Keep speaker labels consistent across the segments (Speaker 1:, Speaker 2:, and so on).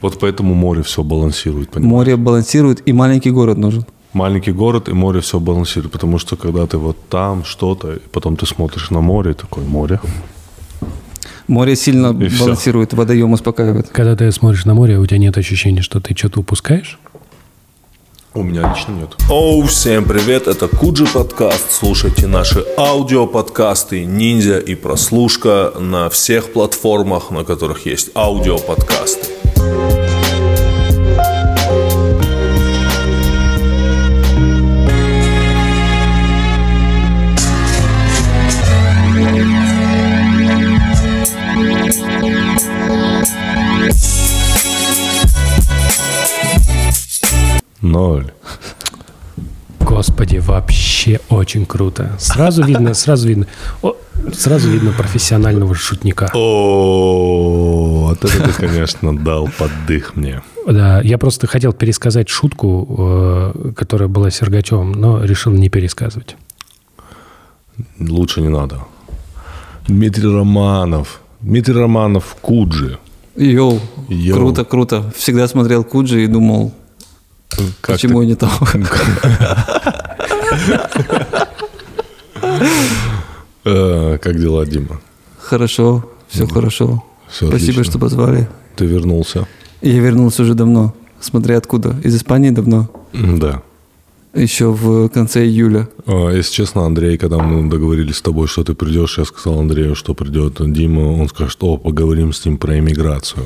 Speaker 1: Вот поэтому море все балансирует. понимаешь?
Speaker 2: Море балансирует, и маленький город нужен.
Speaker 1: Маленький город и море все балансирует, потому что когда ты вот там что-то, и потом ты смотришь на море, и такое море.
Speaker 2: Море сильно
Speaker 1: И всё.
Speaker 2: балансирует, водоем успокаивает.
Speaker 3: Когда ты смотришь на море, у тебя нет ощущения, что ты что-то упускаешь?
Speaker 1: У меня лично нет. Оу, всем привет, это Куджи подкаст. Слушайте наши аудиоподкасты «Ниндзя» и «Прослушка» на всех платформах, на которых есть аудиоподкасты. Ноль.
Speaker 3: Господи, вообще очень круто. Сразу видно, сразу видно, о, сразу видно профессионального шутника.
Speaker 1: О, вот это ты, конечно, дал поддых мне.
Speaker 3: Да, я просто хотел пересказать шутку, э, которая была с Сергачевым, но решил не пересказывать.
Speaker 1: Лучше не надо. Дмитрий Романов. Дмитрий Романов Куджи.
Speaker 2: Йоу,
Speaker 1: Йоу.
Speaker 2: круто, круто. Всегда смотрел Куджи и думал,
Speaker 1: Как
Speaker 2: почему я не там.
Speaker 1: ты- э, как дела, Дима?
Speaker 2: Хорошо, все хорошо.
Speaker 1: всё
Speaker 2: Спасибо,
Speaker 1: отлично.
Speaker 2: что позвали.
Speaker 1: Ты вернулся?
Speaker 2: Я вернулся уже давно. Смотри, откуда. Из Испании давно.
Speaker 1: Да.
Speaker 2: Еще в конце июля.
Speaker 1: А, Если честно, Андрей, когда мы договорились с тобой, что ты придешь, я сказал Андрею, что придет Дима, он скажет, что поговорим с ним про эмиграцию.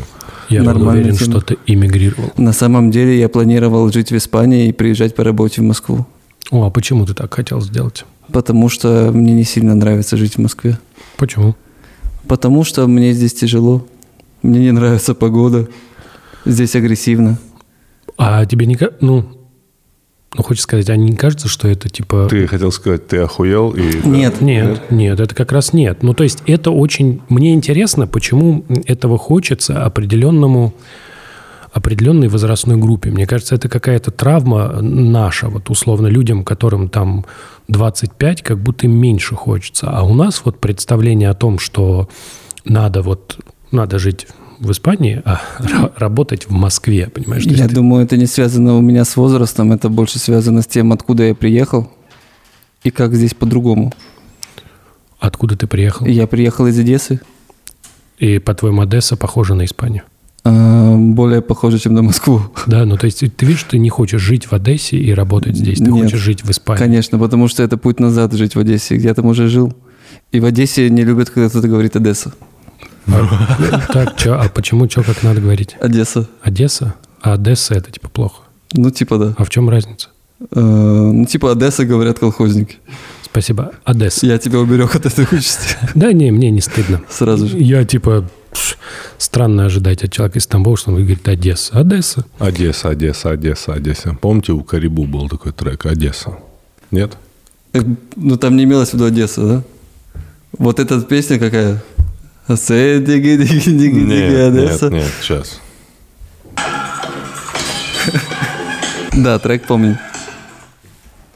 Speaker 3: Я был
Speaker 2: Нормальная
Speaker 3: уверен,
Speaker 2: тема.
Speaker 3: что ты эмигрировал.
Speaker 2: На самом деле я планировал жить в Испании и приезжать по работе в Москву.
Speaker 3: О, а почему ты так хотел сделать?
Speaker 2: Потому что мне не сильно нравится жить в Москве.
Speaker 3: Почему?
Speaker 2: Потому что мне здесь тяжело. Мне не нравится погода. Здесь агрессивно.
Speaker 3: А тебе не... ка- Ну, ну, хочешь сказать, а не кажется, что это типа...
Speaker 1: Ты хотел сказать, ты охуел и...
Speaker 2: Нет.
Speaker 3: Нет, нет, это как раз нет. Ну, то есть это очень... Мне интересно, почему этого хочется определенному определенной возрастной группе. Мне кажется, это какая-то травма наша, вот условно людям, которым там 25, как будто им меньше хочется. А у нас вот представление о том, что надо вот, надо жить в Испании, а ра- работать в Москве, понимаешь? То есть
Speaker 2: Я
Speaker 3: ты-
Speaker 2: думаю, это не связано у меня с возрастом. Это больше связано с тем, откуда я приехал и как здесь по-другому.
Speaker 3: Откуда ты приехал?
Speaker 2: Я приехал из Одессы.
Speaker 3: И, по-твоему, Одесса похожа на Испанию?
Speaker 2: а, Более похоже, чем на Москву.
Speaker 3: Да, ну то есть ты видишь, ты не хочешь жить в Одессе и работать здесь, ты
Speaker 2: Нет.
Speaker 3: хочешь жить в Испании.
Speaker 2: Конечно, потому что это путь назад жить в Одессе. Я там уже жил. И в Одессе не любят, когда кто-то говорит Одесса.
Speaker 3: Так, чё, а почему, что, как надо говорить?
Speaker 2: Одесса.
Speaker 3: Одесса? А Одесса это типа плохо.
Speaker 2: Ну, типа да.
Speaker 3: А в чем разница?
Speaker 2: Э, Ну, типа Одесса, говорят колхозники.
Speaker 3: Спасибо. Одесса.
Speaker 2: Я тебя уберег от этой участи.
Speaker 3: Да не, мне не стыдно.
Speaker 2: Сразу же.
Speaker 3: Я типа пш, странно ожидать от человека из Тамбова, что он говорит Одесса. Одесса.
Speaker 1: Одесса, Одесса, Одесса, Одесса. Помните, у Карибу был такой трек «Одесса»? Нет?
Speaker 2: Э, Ну, там не имелось в виду Одесса, да? Вот эта песня какая? Сэ, диги, диги, диги, диги, Одесса.
Speaker 1: нет, нет, сейчас.
Speaker 2: Да, трек помню.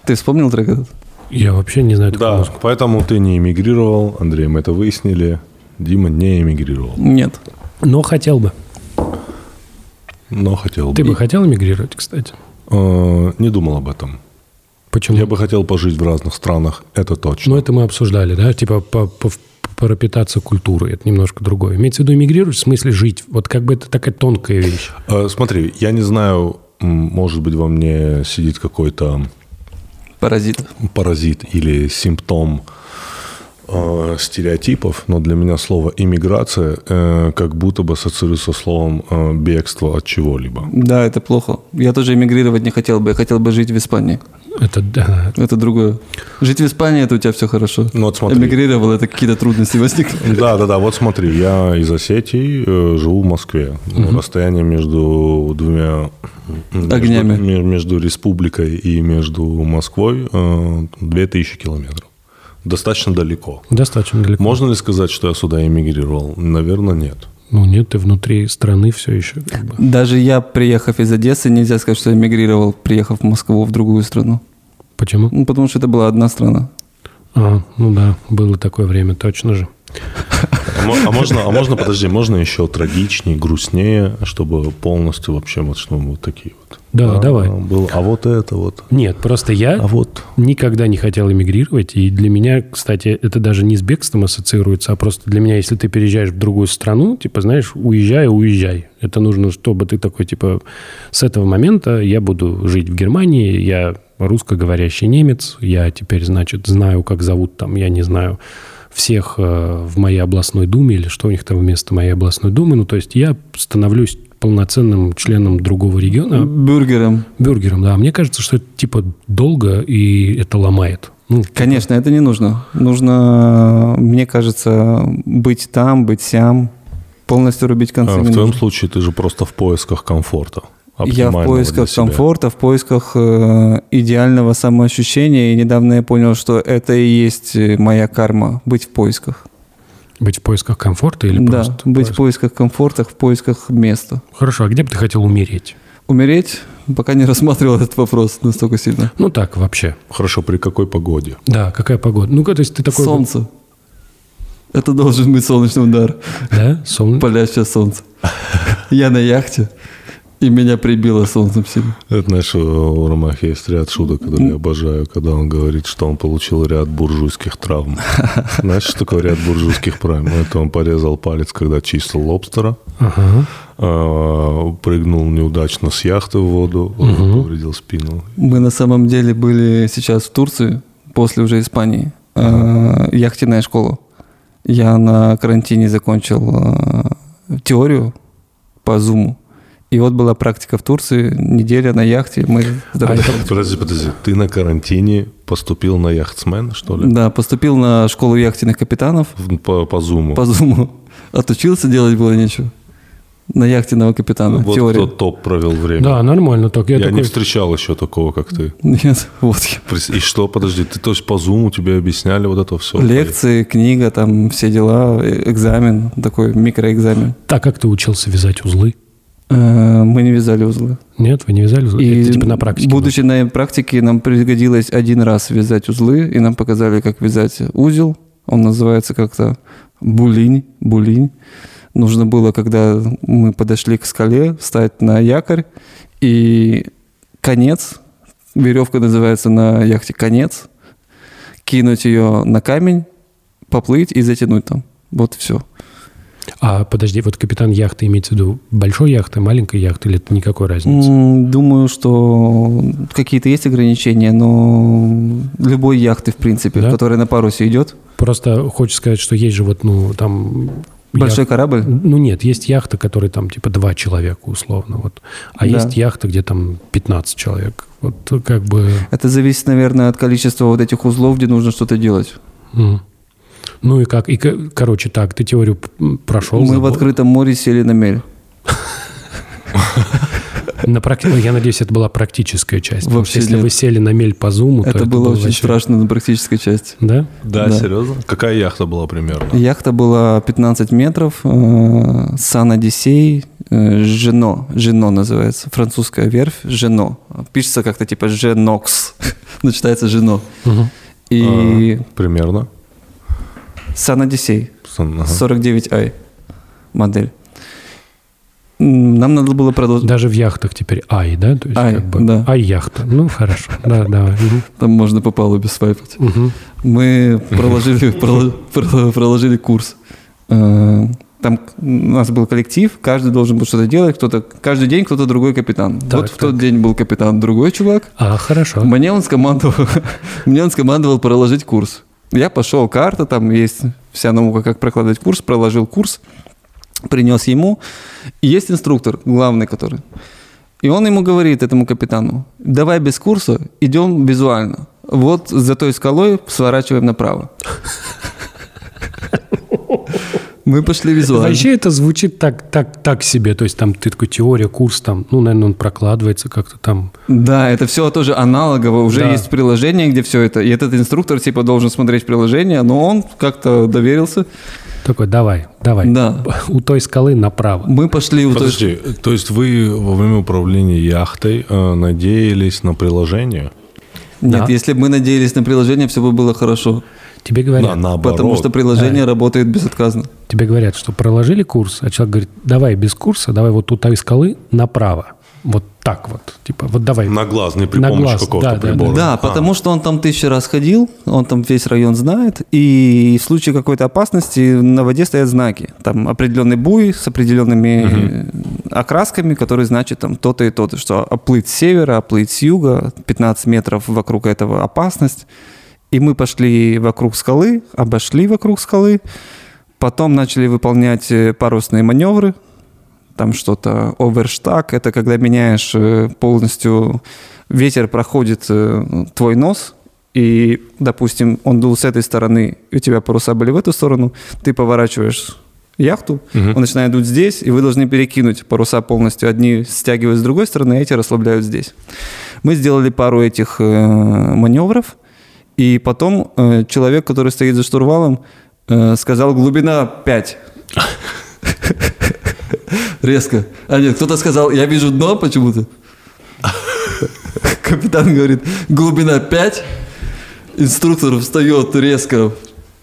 Speaker 2: Ты вспомнил трек этот?
Speaker 3: Я вообще не знаю такую
Speaker 1: Да,
Speaker 3: музыку.
Speaker 1: поэтому ты не эмигрировал, Андрей, мы это выяснили. Дима не эмигрировал,
Speaker 2: Нет.
Speaker 3: Но хотел бы.
Speaker 1: но хотел
Speaker 3: Ты
Speaker 1: бы.
Speaker 3: бы хотел эмигрировать, кстати?
Speaker 1: Э, не думал об этом.
Speaker 3: Почему?
Speaker 1: Я бы хотел пожить в разных странах, это точно.
Speaker 3: Ну, это мы обсуждали, да, типа по, по- пропитаться культурой, это немножко другое. Имеется в виду эмигрировать, в смысле жить, вот как бы это такая тонкая вещь.
Speaker 1: Э, смотри, я не знаю, м, может быть, во мне сидит какой-то
Speaker 2: Паразит.
Speaker 1: паразит или симптом э, стереотипов, но для меня слово иммиграция э, как будто бы ассоциируется со словом э, бегство от чего-либо.
Speaker 2: Да, это плохо. Я тоже эмигрировать не хотел бы. Я хотел бы жить в Испании.
Speaker 3: Это да.
Speaker 2: Это другое. Жить в Испании, это у тебя все хорошо.
Speaker 1: Ну вот смотри.
Speaker 2: Эмигрировал, это какие-то трудности возникли.
Speaker 1: Да, да, да. Вот смотри, я из Осетии э, живу в Москве. Ну, Расстояние между двумя между-
Speaker 2: Огнями.
Speaker 1: ме- Между, республикой и между Москвой э, 2000 километров. Достаточно далеко.
Speaker 3: Достаточно далеко.
Speaker 1: Можно ли сказать, что я сюда эмигрировал? Наверное, нет.
Speaker 3: Ну нет, ты внутри страны все еще. как бы.
Speaker 2: Даже я, приехав из Одессы, нельзя сказать, что я эмигрировал, приехав в Москву, в другую страну.
Speaker 3: Почему?
Speaker 2: Ну, потому что это была одна страна.
Speaker 3: А, ну да, было такое время, точно же.
Speaker 1: А мо- а можно, а можно, подожди, можно еще трагичнее, грустнее, чтобы полностью вообще вот чтобы вот такие вот.
Speaker 3: Да,
Speaker 1: А,
Speaker 3: Ну, давай.
Speaker 1: Было. А вот это вот.
Speaker 3: Нет, просто я
Speaker 1: А вот.
Speaker 3: никогда не хотел эмигрировать. И для меня, кстати, это даже не с бегством ассоциируется, а просто для меня, если ты переезжаешь в другую страну, типа, знаешь, уезжай, уезжай. Это нужно, чтобы ты такой, типа, с этого момента я буду жить в Германии, я русскоговорящий немец, я теперь, значит, знаю, как зовут там, я не знаю, всех э, в моей областной думе или что у них там вместо моей областной думы. Ну, то есть я становлюсь полноценным членом другого региона,
Speaker 2: Бюргером.
Speaker 3: бюргером, да. А Мне кажется, что это типа долго и это ломает. Ну,
Speaker 2: Конечно, это не нужно. Нужно, мне кажется, быть там, быть сям, полностью рубить концы.
Speaker 1: А, в
Speaker 2: не
Speaker 1: твоем
Speaker 2: нужно.
Speaker 1: случае ты же просто в поисках комфорта.
Speaker 2: Я в
Speaker 1: оптимального для
Speaker 2: поисках
Speaker 1: себя.
Speaker 2: комфорта, в поисках э, идеального самоощущения, и недавно я понял, что это и есть э, моя карма быть в поисках.
Speaker 3: быть в поисках комфорта или
Speaker 2: да,
Speaker 3: просто...
Speaker 2: быть в
Speaker 3: поиск-
Speaker 2: поисках комфорта, в поисках места.
Speaker 3: Хорошо, а где бы ты хотел умереть?
Speaker 2: Умереть? Пока не рассматривал этот вопрос настолько сильно.
Speaker 3: Ну, так, вообще.
Speaker 1: Хорошо, при какой погоде?
Speaker 3: Да, какая погода? Ну-ка, то есть ты такой...
Speaker 2: солнце. Это должен быть солнечный удар.
Speaker 3: Да, солнце.
Speaker 2: Палящее солнце. Я на яхте, и меня прибило солнцем сильно.
Speaker 1: Это, знаешь, э, у Ромахи есть ряд шуток, которые я обожаю, когда он говорит, что он получил ряд буржуйских травм. Знаешь, что такое ряд буржуйских травм? Это он порезал палец, когда чистил лобстера,
Speaker 3: Ага.
Speaker 1: а, прыгнул неудачно с яхты в воду, повредил спину.
Speaker 2: Мы на самом деле были сейчас в Турции, после уже Испании. Э, Яхтенная школа. Я на карантине закончил э, теорию по зуму. И вот была практика в Турции, неделя на яхте. Мы
Speaker 1: А Подожди, подожди, ты на карантине поступил на яхтсмен, что ли?
Speaker 2: да, поступил на школу яхтенных капитанов.
Speaker 1: В- По, по зуму.
Speaker 2: по зуму. Отучился, делать было нечего. На яхтенного капитана.
Speaker 1: вот кто
Speaker 2: Теория.
Speaker 1: топ провел время.
Speaker 3: Да, нормально. Так, я,
Speaker 1: я
Speaker 3: такой...
Speaker 1: не встречал еще такого, как ты.
Speaker 2: Нет, вот я.
Speaker 1: Прис- И что, подожди, ты то есть по зуму тебе объясняли вот это все?
Speaker 2: Лекции, книга, там все дела, э, экзамен, такой микроэкзамен.
Speaker 3: Так, как ты учился вязать узлы?
Speaker 2: Э, Мы не вязали узлы.
Speaker 3: Нет, вы не вязали узлы? это типа на практике. было?
Speaker 2: Будучи на практике, нам пригодилось один раз вязать узлы, и нам показали, как вязать узел. Он называется как-то булинь, булинь. Нужно было, когда мы подошли к скале, встать на якорь, и конец, веревка называется на яхте конец, кинуть ее на камень, поплыть и затянуть там. Вот все.
Speaker 3: А подожди, вот капитан яхты имеется в виду большой яхты, маленькой яхты или это никакой разницы?
Speaker 2: М, Думаю, что какие-то есть ограничения, но любой яхты, в принципе,
Speaker 3: Да?
Speaker 2: которая на парусе идет.
Speaker 3: Просто хочется сказать, что есть же вот, ну, там...
Speaker 2: Большой
Speaker 3: яхт-
Speaker 2: корабль.
Speaker 3: Ну нет, есть яхты, которые там типа два человека условно. Вот. А
Speaker 2: Да.
Speaker 3: есть яхты, где там 15 человек. Вот как бы...
Speaker 2: Это зависит, наверное, от количества вот этих узлов, где нужно что-то делать.
Speaker 3: м. Ну и как? И, ко- короче, так, ты теорию п- м, прошел.
Speaker 2: Мы
Speaker 3: забыл.
Speaker 2: в открытом море сели на мель.
Speaker 3: На практи- Я надеюсь, это была практическая часть. Потому что
Speaker 2: Вообще
Speaker 3: если
Speaker 2: нет.
Speaker 3: вы сели на мель по зуму, то
Speaker 2: это было очень
Speaker 3: вообще-
Speaker 2: страшно на практической части.
Speaker 3: Да?
Speaker 1: Да,
Speaker 2: Да.
Speaker 1: серьезно? Какая яхта была примерно?
Speaker 2: Яхта была 15 метров, э, Сан Одиссей, э, Жено, Жено называется, французская верфь, Жено. Пишется как-то типа Женокс, но читается Жено.
Speaker 3: Мгм.
Speaker 2: И
Speaker 3: А.
Speaker 1: Примерно.
Speaker 2: Сан Одиссей.
Speaker 1: Ага.
Speaker 2: 49i модель. М, Нам надо было продолжить.
Speaker 3: Даже в яхтах теперь ай, да? То есть
Speaker 2: Ай,
Speaker 3: как бы...
Speaker 2: да.
Speaker 3: Ай яхта. Ну, хорошо. Да, давай. Мгм.
Speaker 2: Там можно по палубе свайпать.
Speaker 3: Мгм.
Speaker 2: Мы проложили, проло- проло- проложили курс. Э, Там к- у нас был коллектив, каждый должен был что-то делать, кто-то каждый день кто-то другой капитан.
Speaker 3: Так,
Speaker 2: вот в тот день был капитан другой чувак.
Speaker 3: А, хорошо.
Speaker 2: Мне он скомандовал, мне он скомандовал проложить курс. Я пошел, карта, там есть вся наука, как прокладывать курс, проложил курс, принес ему. И есть инструктор, главный который. И он ему говорит, этому капитану, давай без курса, идем визуально. Вот за той скалой сворачиваем направо. Мы пошли визуально.
Speaker 3: Вообще А это звучит так, так, так себе. То есть там ты такой теория, курс там, ну, наверное, он прокладывается как-то там.
Speaker 2: Да, это все тоже аналогово. Уже
Speaker 3: Да.
Speaker 2: есть приложение, где все это. И этот инструктор типа должен смотреть приложение, но он как-то доверился.
Speaker 3: Такой, давай, давай.
Speaker 2: Да.
Speaker 3: У той скалы направо.
Speaker 2: Мы пошли вот это-
Speaker 1: Подожди, э, то есть вы во время управления яхтой э, надеялись на приложение?
Speaker 2: Нет,
Speaker 3: Да.
Speaker 1: А?
Speaker 2: если бы мы надеялись на приложение, все бы было хорошо.
Speaker 3: Тебе говорят,
Speaker 1: Да, наоборот.
Speaker 2: Потому что приложение работает безотказно.
Speaker 3: тебе говорят, что проложили курс, а человек говорит, давай без курса, давай вот у той скалы направо. Вот так вот. Типа, вот давай.
Speaker 1: на глаз, не при
Speaker 3: На
Speaker 1: помощи
Speaker 3: глаз,
Speaker 1: какого-то
Speaker 3: да, да, да.
Speaker 1: прибора.
Speaker 2: Да,
Speaker 1: А,
Speaker 2: потому что он там тысячи раз ходил, он там весь район знает, и в случае какой-то опасности на воде стоят знаки. Там определенный буй с определенными э, окрасками, которые значат там то-то и то-то, что оплыть с севера, оплыть с юга, 15 метров вокруг этого опасность. И мы пошли вокруг скалы, обошли вокруг скалы, потом начали выполнять э, парусные маневры, там что-то оверштаг, это когда меняешь э, полностью, ветер проходит э, твой нос, и, допустим, он дул с этой стороны, и у тебя паруса были в эту сторону, ты поворачиваешь яхту, он начинает дуть здесь, и вы должны перекинуть паруса полностью. Одни стягивают с другой стороны, а эти расслабляют здесь. Мы сделали пару этих э, маневров, и потом э, человек, который стоит за штурвалом, э, сказал глубина 5. Резко. А нет, кто-то сказал, я вижу дно почему-то. Капитан говорит, глубина 5. Инструктор встает резко.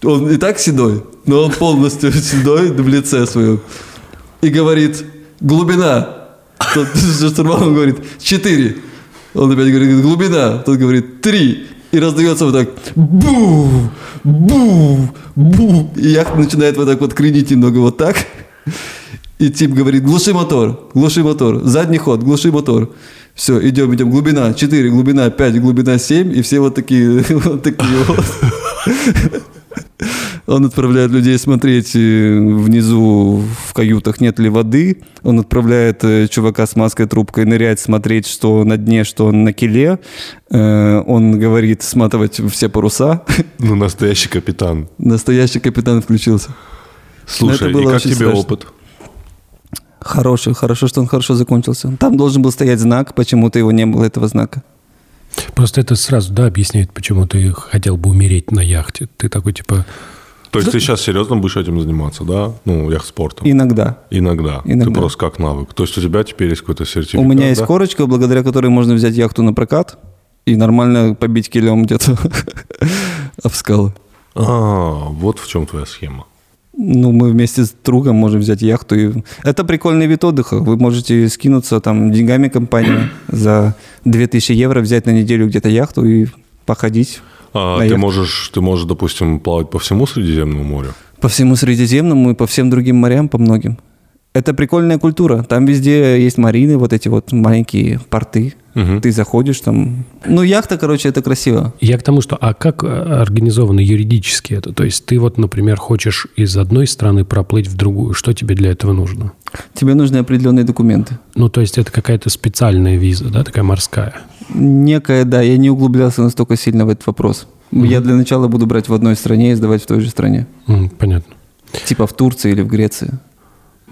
Speaker 2: Он и так седой, но он полностью седой в лице своем. И говорит, глубина. Тот за штурвалом говорит, 4. Он опять говорит, глубина. Тот говорит, 3. И раздается вот так, бу, бу, бу. И яхта начинает вот так вот кренить немного вот так. И тип говорит, глуши мотор, глуши мотор, задний ход, глуши мотор. Все, идем, идем, глубина 4, глубина 5, глубина 7, и все вот такие, вот такие вот. Он отправляет людей смотреть э, внизу в каютах нет ли воды. Он отправляет э, чувака с маской трубкой нырять, смотреть, что на дне, что на киле. Э, Он говорит сматывать все паруса.
Speaker 1: Ну, настоящий капитан.
Speaker 2: Настоящий капитан включился.
Speaker 1: Слушай,
Speaker 2: это
Speaker 1: и
Speaker 2: было
Speaker 1: как
Speaker 2: очень
Speaker 1: тебе
Speaker 2: страшно.
Speaker 1: опыт?
Speaker 2: Хороший, хорошо, что он хорошо закончился. Там должен был стоять знак, почему-то его не было, этого знака.
Speaker 3: Просто это сразу, да, объясняет, почему ты хотел бы умереть на яхте. Ты такой, типа,
Speaker 1: То есть ты сейчас серьезно будешь этим заниматься, да? Ну, яхт-спортом.
Speaker 2: Иногда.
Speaker 1: Иногда. Ты
Speaker 2: Иногда.
Speaker 1: просто как навык. То есть у тебя теперь есть какой-то сертификат,
Speaker 2: У меня есть
Speaker 1: да?
Speaker 2: корочка, благодаря которой можно взять яхту на прокат и нормально побить килем где-то об скалы.
Speaker 1: А, вот в чем твоя схема.
Speaker 2: Ну, мы вместе с другом можем взять яхту. И... Это прикольный вид отдыха. Вы можете скинуться там деньгами компании за 2000 евро, взять на неделю где-то яхту и походить
Speaker 1: А,
Speaker 2: На
Speaker 1: ты,
Speaker 2: яхте.
Speaker 1: можешь, ты можешь, допустим, плавать по всему Средиземному морю?
Speaker 2: по всему Средиземному и по всем другим морям, по многим. Это прикольная культура. Там везде есть марины, вот эти вот маленькие порты.
Speaker 1: Мгм.
Speaker 2: Ты заходишь там. Ну, яхта, короче, это красиво.
Speaker 3: Я к тому, что а как э, организовано юридически это? То есть ты вот, например, хочешь из одной страны проплыть в другую. Что тебе для этого нужно?
Speaker 2: Тебе нужны определенные документы.
Speaker 3: Ну, то есть это какая-то специальная виза, да, такая морская.
Speaker 2: Некая, да, я не углублялся настолько сильно в этот вопрос. Я для начала буду брать в одной стране и сдавать в той же стране.
Speaker 3: М, понятно.
Speaker 2: Типа в Турции или в Греции.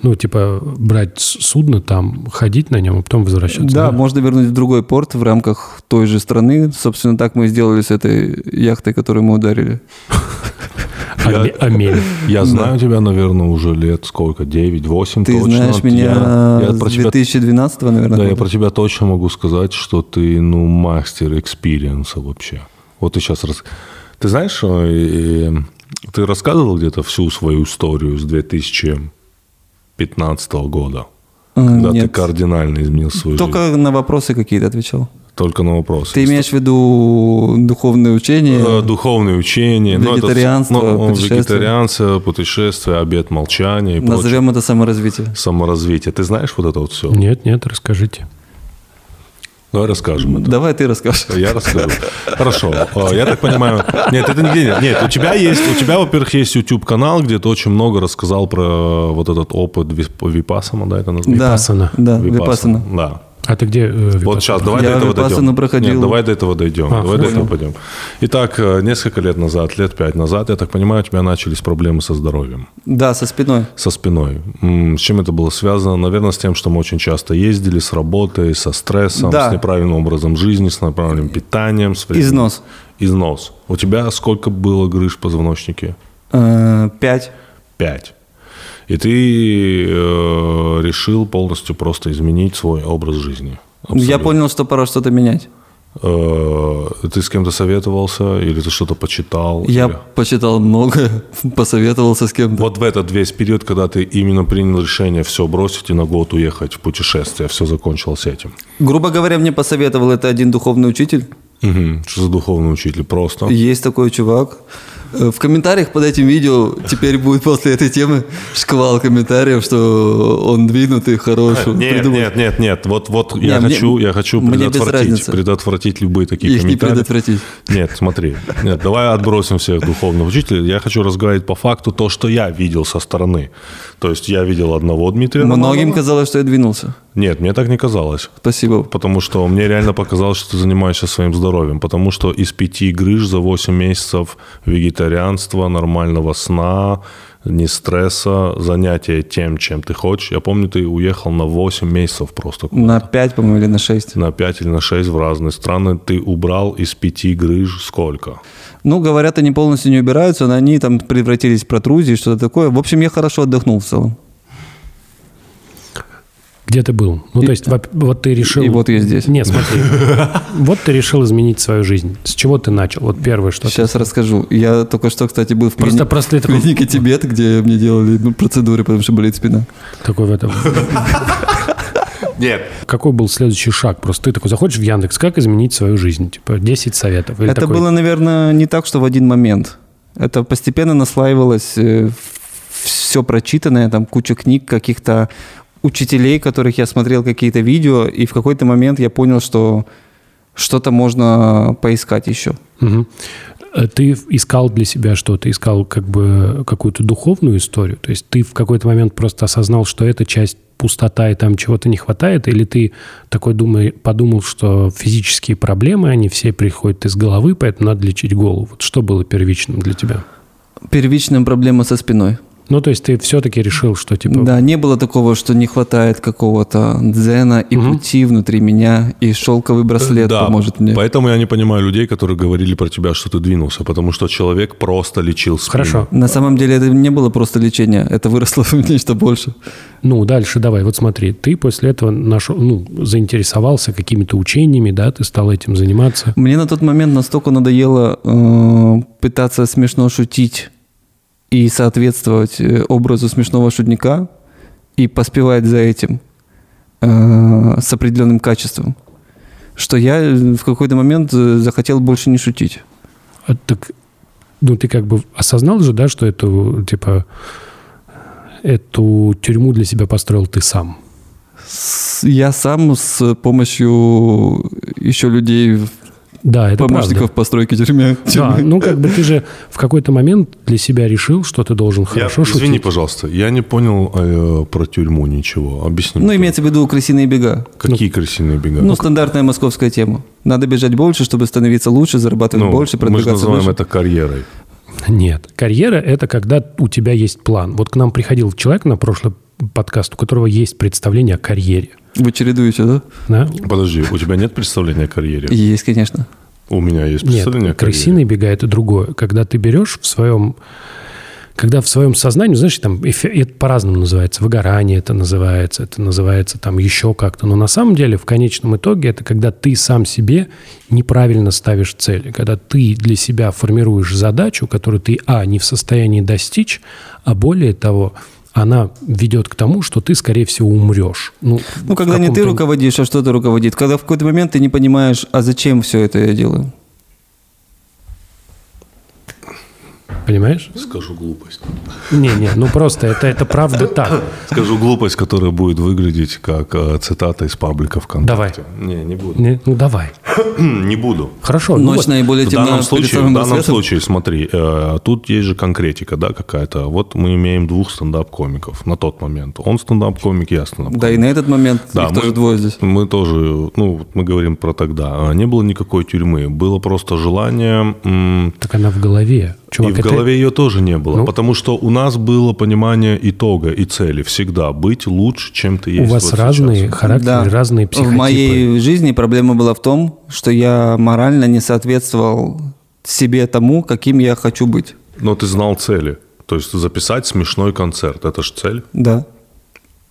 Speaker 3: Ну, типа брать с- судно там, ходить на нем, а потом возвращаться.
Speaker 2: Да, можно вернуть в другой порт в рамках той же страны. Собственно, так мы и сделали с этой яхтой, которую мы ударили.
Speaker 3: Аме- Амель.
Speaker 1: Я знаю тебя, наверное, уже лет сколько? 9, 8
Speaker 2: Ты
Speaker 1: точно.
Speaker 2: знаешь меня
Speaker 1: Я, я
Speaker 2: с
Speaker 1: про тебя
Speaker 2: 2012, наверное.
Speaker 1: Да, я
Speaker 2: года.
Speaker 1: про тебя точно могу сказать, что ты, ну, мастер экспириенса вообще. Вот ты сейчас... Рас... Ты знаешь, э, э, ты рассказывал где-то всю свою историю с 2015 года,
Speaker 2: А,
Speaker 1: когда ты
Speaker 2: нет.
Speaker 1: кардинально изменил свою жизнь.
Speaker 2: Только на вопросы какие-то отвечал.
Speaker 1: Только на вопросы.
Speaker 2: Ты имеешь в виду духовное учение?
Speaker 1: Э, Духовные учения, ну, это-
Speaker 2: Вегетарианство,
Speaker 1: ну,
Speaker 2: путешествия.
Speaker 1: вегетарианство, путешествия, обед молчания и прочее.
Speaker 2: Назовем это саморазвитие.
Speaker 1: Саморазвитие. Ты знаешь вот это вот все?
Speaker 3: Нет, нет, расскажите.
Speaker 1: Давай расскажем это.
Speaker 2: Давай ты расскажешь.
Speaker 1: Я расскажу. Хорошо. А, Я так понимаю... Нет, это нигде нет. Нет, у тебя есть... У тебя, во-первых, есть YouTube-канал, где ты очень много рассказал про э, вот этот опыт вис- Випассана, да, это называется?
Speaker 2: Да,
Speaker 3: Випассана.
Speaker 2: да,
Speaker 1: Випассана,
Speaker 2: випассана.
Speaker 1: Да.
Speaker 3: А ты где? э, Випассана?
Speaker 1: Вот ну. сейчас, давай
Speaker 2: Я
Speaker 1: до этого
Speaker 2: Випассану
Speaker 1: дойдем.
Speaker 2: проходил.
Speaker 1: Нет, давай до этого дойдем.
Speaker 3: А,
Speaker 1: давай до
Speaker 3: хорошо.
Speaker 1: этого пойдем. Итак, э, несколько лет назад, лет пять назад, я так понимаю, у тебя начались проблемы со здоровьем
Speaker 2: Да, со спиной.
Speaker 1: со спиной. М, С чем это было связано? Наверное, с тем, что мы очень часто ездили с работой, со стрессом,
Speaker 2: Да.
Speaker 1: с неправильным образом жизни, с неправильным питанием. С вредным-
Speaker 2: Износ.
Speaker 1: Износ. У тебя сколько было грыж в позвоночнике?
Speaker 2: Э, Пять.
Speaker 1: Пять. И ты э, решил полностью просто изменить свой образ жизни.
Speaker 2: Я
Speaker 1: Абсолютно.
Speaker 2: понял, что пора что-то менять.
Speaker 1: Э, Ты с кем-то советовался или ты что-то почитал?
Speaker 2: Я
Speaker 1: Или-
Speaker 2: почитал много, посоветовался с кем-то.
Speaker 1: Вот в этот весь период, когда ты именно принял решение все бросить и на год уехать в путешествие, все закончилось этим.
Speaker 2: Грубо говоря, мне посоветовал это один духовный учитель.
Speaker 1: Мгм. Что за духовный учитель? Просто.
Speaker 2: Есть такой чувак. Э, В комментариях под этим видео теперь будет после этой темы шквал комментариев, что он двинутый, хороший. он
Speaker 1: Нет,
Speaker 2: придумал.
Speaker 1: нет, нет, нет. Вот, вот я
Speaker 2: Не, мне-
Speaker 1: хочу, я хочу
Speaker 2: мне без
Speaker 1: предотвратить,
Speaker 2: разницы.
Speaker 1: предотвратить любые такие
Speaker 2: Их не
Speaker 1: комментарии.
Speaker 2: предотвратить.
Speaker 1: Нет, смотри. Нет, давай отбросим всех духовных учителей. Я хочу разговаривать по факту то, что я видел со стороны. То есть я видел одного Дмитрия.
Speaker 2: Многим
Speaker 1: Романова.
Speaker 2: казалось, что я двинулся.
Speaker 1: Нет, мне так не казалось.
Speaker 2: Спасибо.
Speaker 1: Потому что мне реально показалось, что ты занимаешься своим здоровьем. Потому что из пяти грыж за 8 месяцев вегетарианства, нормального сна, не стресса, занятия тем, чем ты хочешь. Я помню, ты уехал на 8 месяцев просто.
Speaker 2: На 5, по-моему, или на 6.
Speaker 1: На 5 или на 6 в разные страны. Ты убрал из пяти грыж сколько?
Speaker 2: Ну, говорят, они полностью не убираются, но они там превратились в протрузии, что-то такое. В общем, я хорошо отдохнул в целом.
Speaker 3: Где ты был? Ну, то есть, воп- вот ты решил...
Speaker 2: и вот я здесь.
Speaker 3: Нет, смотри. Вот ты решил изменить свою жизнь. С чего ты начал? Вот первое, что ты...
Speaker 2: Сейчас расскажу. Я только что, кстати, был в
Speaker 3: Просто
Speaker 2: клини-
Speaker 3: простые такой-
Speaker 2: клинике Тибет, где мне делали ну, процедуры, потому что болит спина.
Speaker 3: Такой в этом...
Speaker 1: Нет.
Speaker 3: Какой был следующий шаг? Просто ты такой заходишь в Яндекс, как изменить свою жизнь? Типа 10 советов. Или
Speaker 2: это
Speaker 3: такой,
Speaker 2: было, наверное, не так, что в один момент. Это постепенно наслаивалось все прочитанное, там куча книг каких-то учителей, которых я смотрел какие-то видео, и в какой-то момент я понял, что что-то можно поискать еще.
Speaker 3: Мгм. Э, Ты искал для себя что? Ты искал как бы какую-то духовную историю? То есть ты в какой-то момент просто осознал, что эта часть пустота и там чего-то не хватает? Или ты такой думай, подумал, что физические проблемы, они все приходят из головы, поэтому надо лечить голову? Вот что было первичным для тебя?
Speaker 2: Первичная проблема со спиной.
Speaker 3: Ну, то есть ты все-таки решил, что типа...
Speaker 2: Да, не было такого, что не хватает какого-то дзена и
Speaker 3: Мгм.
Speaker 2: пути внутри меня, и шелковый браслет поможет мне.
Speaker 1: Поэтому я не понимаю людей, которые говорили про тебя, что ты двинулся, потому что человек просто лечил спину.
Speaker 3: Хорошо.
Speaker 2: На самом деле это не было просто лечение, это выросло в нечто больше.
Speaker 3: Ну, дальше давай, вот смотри, ты после этого нашел, ну, заинтересовался какими-то учениями, да, ты стал этим заниматься.
Speaker 2: Мне на тот момент настолько надоело э, пытаться смешно шутить и соответствовать э, образу смешного шутника и поспевать за этим э, с определенным качеством, что я э, в какой-то момент э, захотел больше не шутить.
Speaker 3: А Так, ну, ты как бы осознал же, да, что эту, типа, эту тюрьму для себя построил ты сам.
Speaker 2: С- я сам с помощью еще людей,
Speaker 3: Да, это
Speaker 2: помощников
Speaker 3: правда.
Speaker 2: постройки тюрьмы.
Speaker 3: Да, ну как бы ты же в какой-то момент для себя решил, что ты должен
Speaker 1: Я-
Speaker 3: хорошо шутить.
Speaker 1: извини, пожалуйста, я не понял э, про тюрьму ничего. Объясни.
Speaker 2: Ну,
Speaker 1: мне,
Speaker 2: имеется в виду крысиные бега.
Speaker 1: Какие крысиные бега?
Speaker 2: Ну, стандартная московская тема. Надо бежать больше, чтобы становиться лучше, зарабатывать
Speaker 1: Ну,
Speaker 2: больше,
Speaker 1: мы же
Speaker 2: продвигаться
Speaker 1: называем
Speaker 2: выше.
Speaker 1: это карьерой.
Speaker 3: Нет, карьера – это когда у тебя есть план. Вот к нам приходил человек на прошлый подкаст, у которого есть представление о карьере.
Speaker 2: Вы чередуете, да?
Speaker 3: Да?
Speaker 1: Подожди, у тебя нет представления о карьере?
Speaker 2: Есть, конечно.
Speaker 1: У меня есть представление
Speaker 3: Нет,
Speaker 1: о карьере.
Speaker 3: крысиные бега – это другое. Когда ты берешь в своем когда в своем сознании, знаешь, там эфе- это по-разному называется, выгорание это называется, это называется там еще как-то, но на самом деле в конечном итоге это когда ты сам себе неправильно ставишь цели, когда ты для себя формируешь задачу, которую ты, а, не в состоянии достичь, а более того, она ведет к тому, что ты, скорее всего, умрешь. Ну,
Speaker 2: Ну,
Speaker 3: в
Speaker 2: когда не ты
Speaker 3: каком-то-
Speaker 2: руководишь, а что-то руководит. Когда в какой-то момент ты не понимаешь, а зачем все это я делаю.
Speaker 3: Понимаешь?
Speaker 1: Скажу глупость.
Speaker 3: Не-не, ну просто это, это правда так.
Speaker 1: Скажу глупость, которая будет выглядеть как э, цитата из паблика ВКонтакте. Давай. Не, не буду.
Speaker 3: Не, Ну, давай.
Speaker 1: не буду.
Speaker 3: Хорошо. ну
Speaker 2: Ночь
Speaker 3: вот.
Speaker 2: наиболее
Speaker 1: В
Speaker 2: темна
Speaker 1: данном
Speaker 2: перед
Speaker 1: случае, в
Speaker 2: самым
Speaker 1: данном
Speaker 2: рассветом.
Speaker 1: случае, смотри, э, тут есть же конкретика, да, какая-то. Вот мы имеем двух стендап-комиков на тот момент. Он стендап-комик, я стендап-комик.
Speaker 2: Да, и на этот момент
Speaker 1: Да,
Speaker 2: их тоже двое здесь.
Speaker 1: Мы тоже, ну, вот мы говорим про тогда. А, Не было никакой тюрьмы, было просто желание. м,
Speaker 3: Так она в голове. Чувак,
Speaker 1: и в
Speaker 3: это-
Speaker 1: голове ее тоже не было,
Speaker 3: Ну.
Speaker 1: потому что у нас было понимание итога и цели всегда быть лучше, чем ты
Speaker 3: у
Speaker 1: есть.
Speaker 3: вас
Speaker 1: вот сейчас.
Speaker 3: разные
Speaker 2: Да.
Speaker 3: характеры, разные психотипы.
Speaker 2: В моей жизни проблема была в том, что я морально не соответствовал себе тому, каким я хочу быть.
Speaker 1: Но ты знал цели, то есть записать смешной концерт, это же цель.
Speaker 2: Да.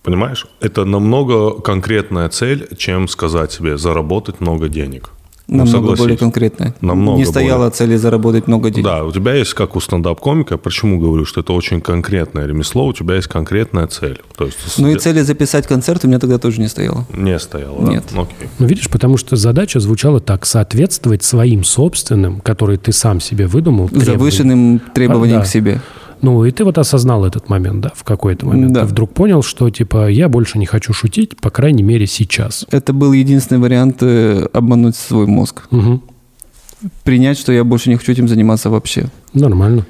Speaker 1: Понимаешь? Это намного конкретная цель, чем сказать себе заработать много денег.
Speaker 2: намного
Speaker 1: согласись.
Speaker 2: более конкретное.
Speaker 1: Ну, Намного
Speaker 2: не стояла цели заработать много денег.
Speaker 1: Да, у тебя есть, как у стендап-комика, почему говорю, что это очень конкретное ремесло, у тебя есть конкретная цель. То есть
Speaker 2: Ну и
Speaker 1: где-
Speaker 2: цели записать концерт у меня тогда тоже не стояло.
Speaker 1: не стояло, да?
Speaker 2: Нет.
Speaker 1: Окей.
Speaker 3: Ну, видишь, потому что задача звучала так, соответствовать своим собственным, которые ты сам себе выдумал. требованиям.
Speaker 2: Завышенным требованием
Speaker 3: А, да.
Speaker 2: к себе.
Speaker 3: Ну, и ты вот осознал этот момент, да, в какой-то момент.
Speaker 2: Да.
Speaker 3: Ты вдруг понял, что, типа, я больше не хочу шутить, по крайней мере, сейчас.
Speaker 2: Это был единственный вариант э, обмануть свой мозг.
Speaker 3: Мгм.
Speaker 2: Принять, что я больше не хочу этим заниматься вообще.
Speaker 3: Нормально.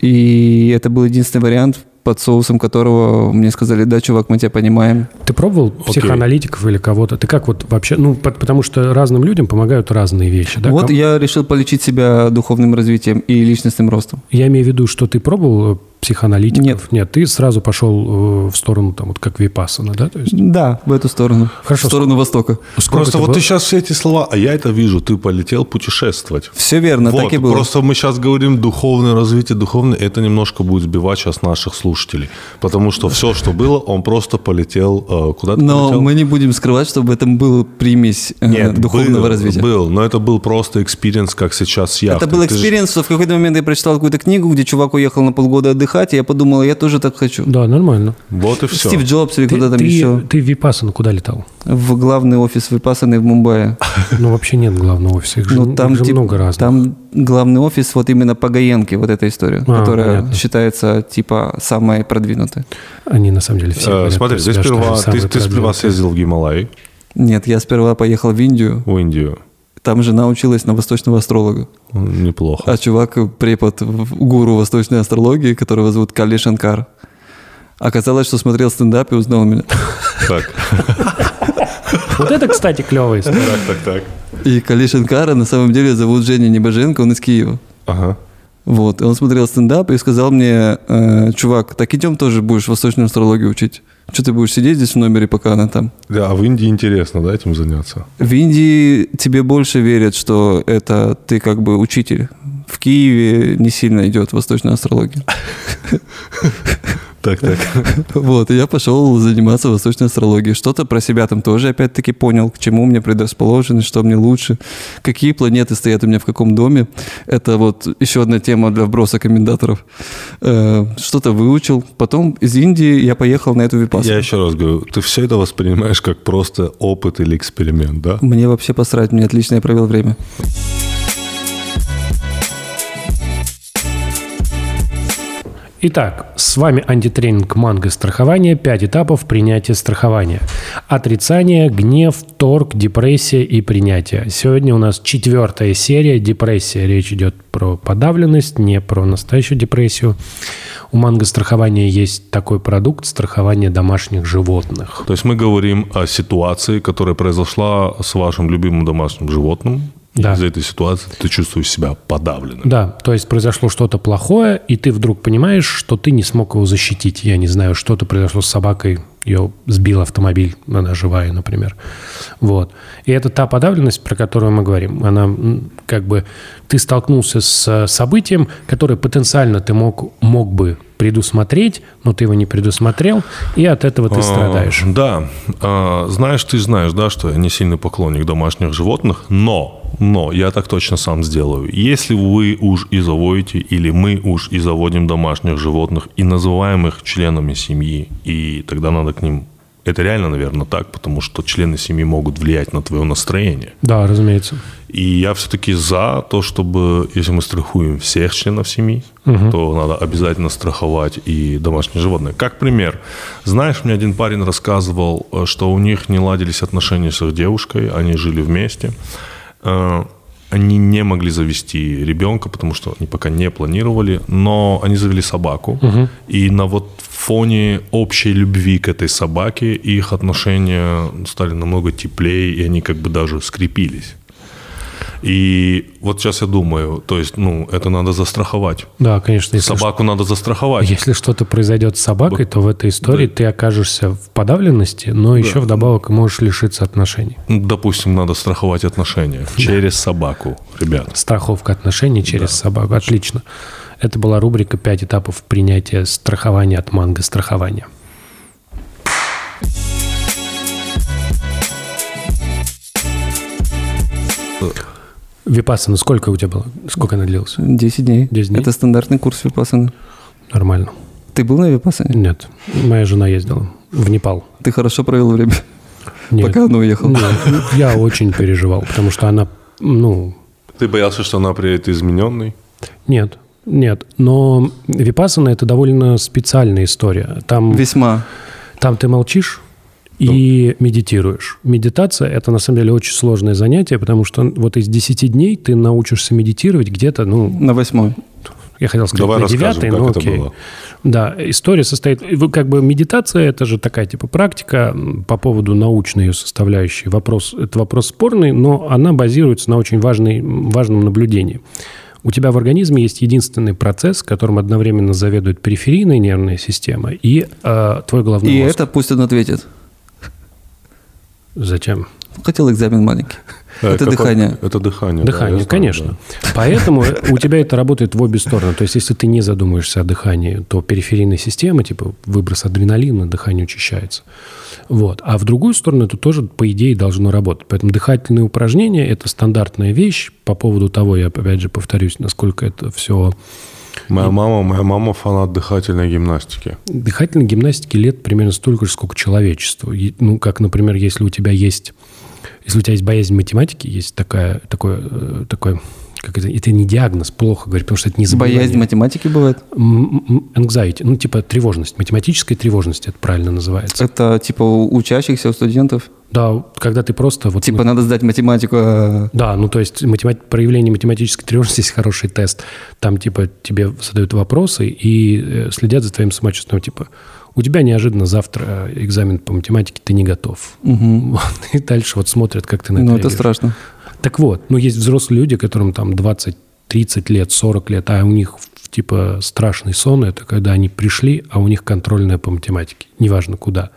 Speaker 2: И это был единственный вариант, под соусом которого мне сказали, да, чувак, мы тебя понимаем.
Speaker 3: Ты пробовал психоаналитиков или кого-то? Ты как вот вообще... Ну, по- потому что разным людям помогают разные вещи, да?
Speaker 2: вот
Speaker 3: Ком-
Speaker 2: я решил полечить себя духовным развитием и личностным ростом.
Speaker 3: Я имею в виду, что ты пробовал э, психоаналитиков?
Speaker 2: Нет.
Speaker 3: Нет, ты сразу пошел э, в сторону, там, вот как Випассана, да? То есть,
Speaker 2: Да, в эту сторону.
Speaker 3: Хорошо.
Speaker 2: В сторону Востока.
Speaker 3: сколько
Speaker 1: просто
Speaker 3: ты
Speaker 1: вот
Speaker 3: был-
Speaker 1: ты сейчас все эти слова, а я это вижу, ты полетел путешествовать.
Speaker 2: Все верно,
Speaker 1: Вот,
Speaker 2: Ну, так и было.
Speaker 1: Просто мы сейчас говорим духовное развитие, духовное, это немножко будет сбивать сейчас наших слушателей. Потому что все, что было, он просто полетел э, куда-то.
Speaker 2: Но
Speaker 1: полетел.
Speaker 2: мы не будем скрывать, что в этом был примесь э,
Speaker 1: Нет,
Speaker 2: духовного
Speaker 1: был,
Speaker 2: развития.
Speaker 1: Был, но это был просто экспириенс, как сейчас с яхтой.
Speaker 2: Это был
Speaker 1: Ты же-
Speaker 2: экспириенс, что в какой-то момент я прочитал какую-то книгу, где чувак уехал на полгода отдыхать, и я подумал, я тоже так хочу.
Speaker 3: Да, нормально.
Speaker 1: Вот и все.
Speaker 2: Стив Джобс или
Speaker 3: Ты,
Speaker 2: куда там
Speaker 3: ты-
Speaker 2: еще.
Speaker 3: ты в Випассану куда летал?
Speaker 2: В главный офис Випасаны в Мумбаи.
Speaker 3: Ну, вообще нет главного офиса. Их же,
Speaker 2: Ну, там,
Speaker 3: их же
Speaker 2: тип-
Speaker 3: много разных.
Speaker 2: там главный офис вот именно Пагаенки, вот эта история,
Speaker 3: А,
Speaker 2: которая
Speaker 3: понятно.
Speaker 2: считается типа самой продвинутой.
Speaker 3: Они на самом деле все.
Speaker 1: Э,
Speaker 3: говорят
Speaker 1: смотри,
Speaker 3: про
Speaker 1: ты
Speaker 3: себя, что
Speaker 1: сперва,
Speaker 3: они
Speaker 1: ты,
Speaker 3: самые
Speaker 1: ты сперва
Speaker 3: продвинутые.
Speaker 1: съездил в Гималай,
Speaker 2: Нет, я сперва поехал в Индию,
Speaker 1: в Индию.
Speaker 2: там жена училась на восточного астролога.
Speaker 1: М, Неплохо.
Speaker 2: А чувак, препод, в- гуру восточной астрологии, которого зовут Кали Шанкар, оказалось, что смотрел стендап и узнал меня.
Speaker 1: Так,
Speaker 3: Вот это, кстати, клевая история.
Speaker 1: так, так, так.
Speaker 2: И Кали Шанкара на самом деле зовут Женя Небоженко, он из Киева.
Speaker 1: Ага.
Speaker 2: Вот, и он смотрел стендап и сказал мне, «Э, чувак, так идем тоже будешь восточную астрологию учить. Что ты будешь сидеть здесь в номере, пока она там?
Speaker 1: Да, а в Индии интересно, да, этим заняться?
Speaker 2: В Индии тебе больше верят, что это ты как бы учитель. В Киеве не сильно идет восточная астрология.
Speaker 1: Так, так.
Speaker 2: Вот, и я пошел заниматься восточной астрологией. Что-то про себя там тоже опять-таки понял, к чему мне предрасположены, что мне лучше, какие планеты стоят у меня в каком доме. Это вот еще одна тема для вброса комментаторов. Э, Что-то выучил. Потом из Индии я поехал на эту випасу.
Speaker 1: Я еще раз говорю, ты все это воспринимаешь как просто опыт или эксперимент, да?
Speaker 2: Мне вообще посрать, мне отлично, я провел время.
Speaker 3: Итак, с вами антитренинг манго страхования. Пять этапов принятия страхования. Отрицание, гнев, торг, депрессия и принятие. Сегодня у нас четвертая серия депрессия. Речь идет про подавленность, не про настоящую депрессию. У манго страхования есть такой продукт страхование домашних животных.
Speaker 1: То есть мы говорим о ситуации, которая произошла с вашим любимым домашним животным.
Speaker 3: Да.
Speaker 1: И из-за этой ситуации ты чувствуешь себя подавленным.
Speaker 3: Да, то есть произошло что-то плохое, и ты вдруг понимаешь, что ты не смог его защитить. Я не знаю, что-то произошло с собакой, ее сбил автомобиль, она живая, например. Вот. И это та подавленность, про которую мы говорим. Она м, как бы... Ты столкнулся с э, событием, которое потенциально ты мог, мог бы предусмотреть, но ты его не предусмотрел, и от этого ты
Speaker 1: А,
Speaker 3: страдаешь.
Speaker 1: Да. А, Знаешь, ты знаешь, да, что я не сильный поклонник домашних животных, но, но я так точно сам сделаю. Если вы уж и заводите, или мы уж и заводим домашних животных и называем их членами семьи, и тогда надо к ним... Это реально, наверное, так, потому что члены семьи могут влиять на твое настроение.
Speaker 3: Да, разумеется.
Speaker 1: И я все-таки за то, чтобы, если мы страхуем всех членов семьи, то надо обязательно страховать и домашние животные. Как пример, знаешь, мне один парень рассказывал, э, что у них не ладились отношения с их девушкой, они жили вместе. Э, Они не могли завести ребенка, потому что они пока не планировали, но они завели собаку. И на вот фоне общей любви к этой собаке их отношения стали намного теплее, и они как бы даже скрепились. И вот сейчас я думаю, то есть, ну, это надо застраховать.
Speaker 3: Да, конечно. если
Speaker 1: Собаку надо застраховать.
Speaker 3: А Если что-то произойдет с собакой, то в этой истории ты окажешься в подавленности, но еще вдобавок можешь лишиться отношений.
Speaker 1: Ну, Допустим, надо страховать отношения через собаку, ребят.
Speaker 3: Страховка отношений через собаку. Отлично. Это была рубрика «Пять этапов принятия страхования от манго страхования». Випассана сколько у тебя было? Сколько она длилась?
Speaker 2: 10 дней.
Speaker 3: 10 дней?
Speaker 2: Это стандартный курс випасаны.
Speaker 3: Нормально.
Speaker 2: Ты был на випасане?
Speaker 3: Нет, моя жена ездила в Непал.
Speaker 2: Ты хорошо провел время,
Speaker 3: Нет.
Speaker 2: пока она уехала.
Speaker 3: Нет, я очень переживал, потому что она, ну,
Speaker 1: Ты боялся, что она приедет измененной?
Speaker 3: нет, нет. Но Випассана это довольно специальная история. Там,
Speaker 2: Весьма.
Speaker 3: там ты молчишь и медитируешь. Медитация – это, на самом деле, очень сложное занятие, потому что вот из 10 дней ты научишься медитировать где-то, ну,
Speaker 2: На восьмой.
Speaker 3: Я хотел сказать
Speaker 1: Давай
Speaker 3: на
Speaker 1: расскажем,
Speaker 3: девятый,
Speaker 1: как
Speaker 3: но
Speaker 1: это
Speaker 3: окей.
Speaker 1: было.
Speaker 3: Да, история состоит... вы Как бы медитация – это же такая типа практика м, по поводу научной ее составляющей. Вопрос, это вопрос спорный, но она базируется на очень важной, м, важном наблюдении. У тебя в организме есть единственный процесс, которым одновременно заведует периферийная нервная система и э, твой головной
Speaker 2: И
Speaker 3: мозг.
Speaker 2: это пусть он ответит.
Speaker 3: Зачем?
Speaker 2: Хотел экзамен маленький.
Speaker 1: Э,
Speaker 2: Это
Speaker 1: какой-
Speaker 2: дыхание.
Speaker 1: Это дыхание. да, я
Speaker 3: Дыхание,
Speaker 1: знаю,
Speaker 3: конечно.
Speaker 1: да.
Speaker 3: Поэтому у тебя это работает в обе стороны. То есть, если ты не задумаешься о дыхании, то периферийная система, типа выброс адреналина, дыхание учащается. Вот. А в другую сторону это тоже, по идее, должно работать. Поэтому дыхательные упражнения – это стандартная вещь. По поводу того, я опять же повторюсь, насколько это все...
Speaker 1: Моя мама, моя мама фанат дыхательной гимнастики.
Speaker 3: Дыхательной гимнастике лет примерно столько же, сколько человечеству. И, Ну, как, например, если у тебя есть... Если у тебя есть боязнь математики, есть такая, такое, э, такое, как это, это не диагноз, плохо говорить, потому что это не заболевание.
Speaker 2: Боязнь математики бывает.
Speaker 3: М- м- anxiety, ну, типа тревожность, математическая тревожность, это правильно называется.
Speaker 2: Это типа у учащихся, у студентов.
Speaker 3: Да, когда ты просто вот...
Speaker 2: Типа надо сдать математику. а,
Speaker 3: Да, ну то есть математи- проявление математической тревожности есть хороший тест. Там типа тебе задают вопросы и э, следят за твоим самочувствием. Типа у тебя неожиданно завтра э, экзамен по математике, ты не готов. Вот, и дальше вот смотрят, как ты на это
Speaker 2: Ну, это
Speaker 3: реагируешь.
Speaker 2: страшно.
Speaker 3: Так вот, ну есть взрослые люди, которым там 20, 30 лет, 40 лет, а у них в- типа страшный сон, это когда они пришли, а у них контрольная по математике, неважно куда.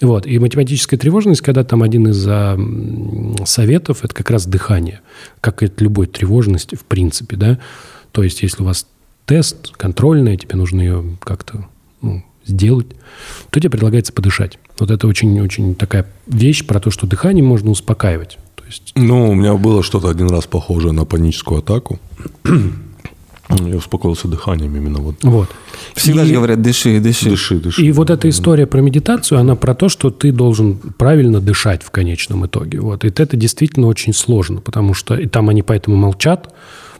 Speaker 3: Вот. И математическая тревожность, когда там один из а, м, советов, это как раз дыхание, как и от любой тревожности, в принципе, да. То есть, если у вас тест, контрольная, тебе нужно ее как-то ну, сделать, то тебе предлагается подышать. Вот это очень-очень такая вещь про то, что дыхание можно успокаивать. То есть
Speaker 1: Ну, у меня было что-то один раз похожее на паническую атаку. Я успокоился дыханием именно вот.
Speaker 3: Вот.
Speaker 2: Всегда
Speaker 3: и,
Speaker 2: же говорят, дыши, дыши.
Speaker 1: Дыши, дыши.
Speaker 3: и вот эта история про медитацию, она про то, что ты должен правильно дышать в конечном итоге. Вот. И это действительно очень сложно, потому что и там они поэтому молчат,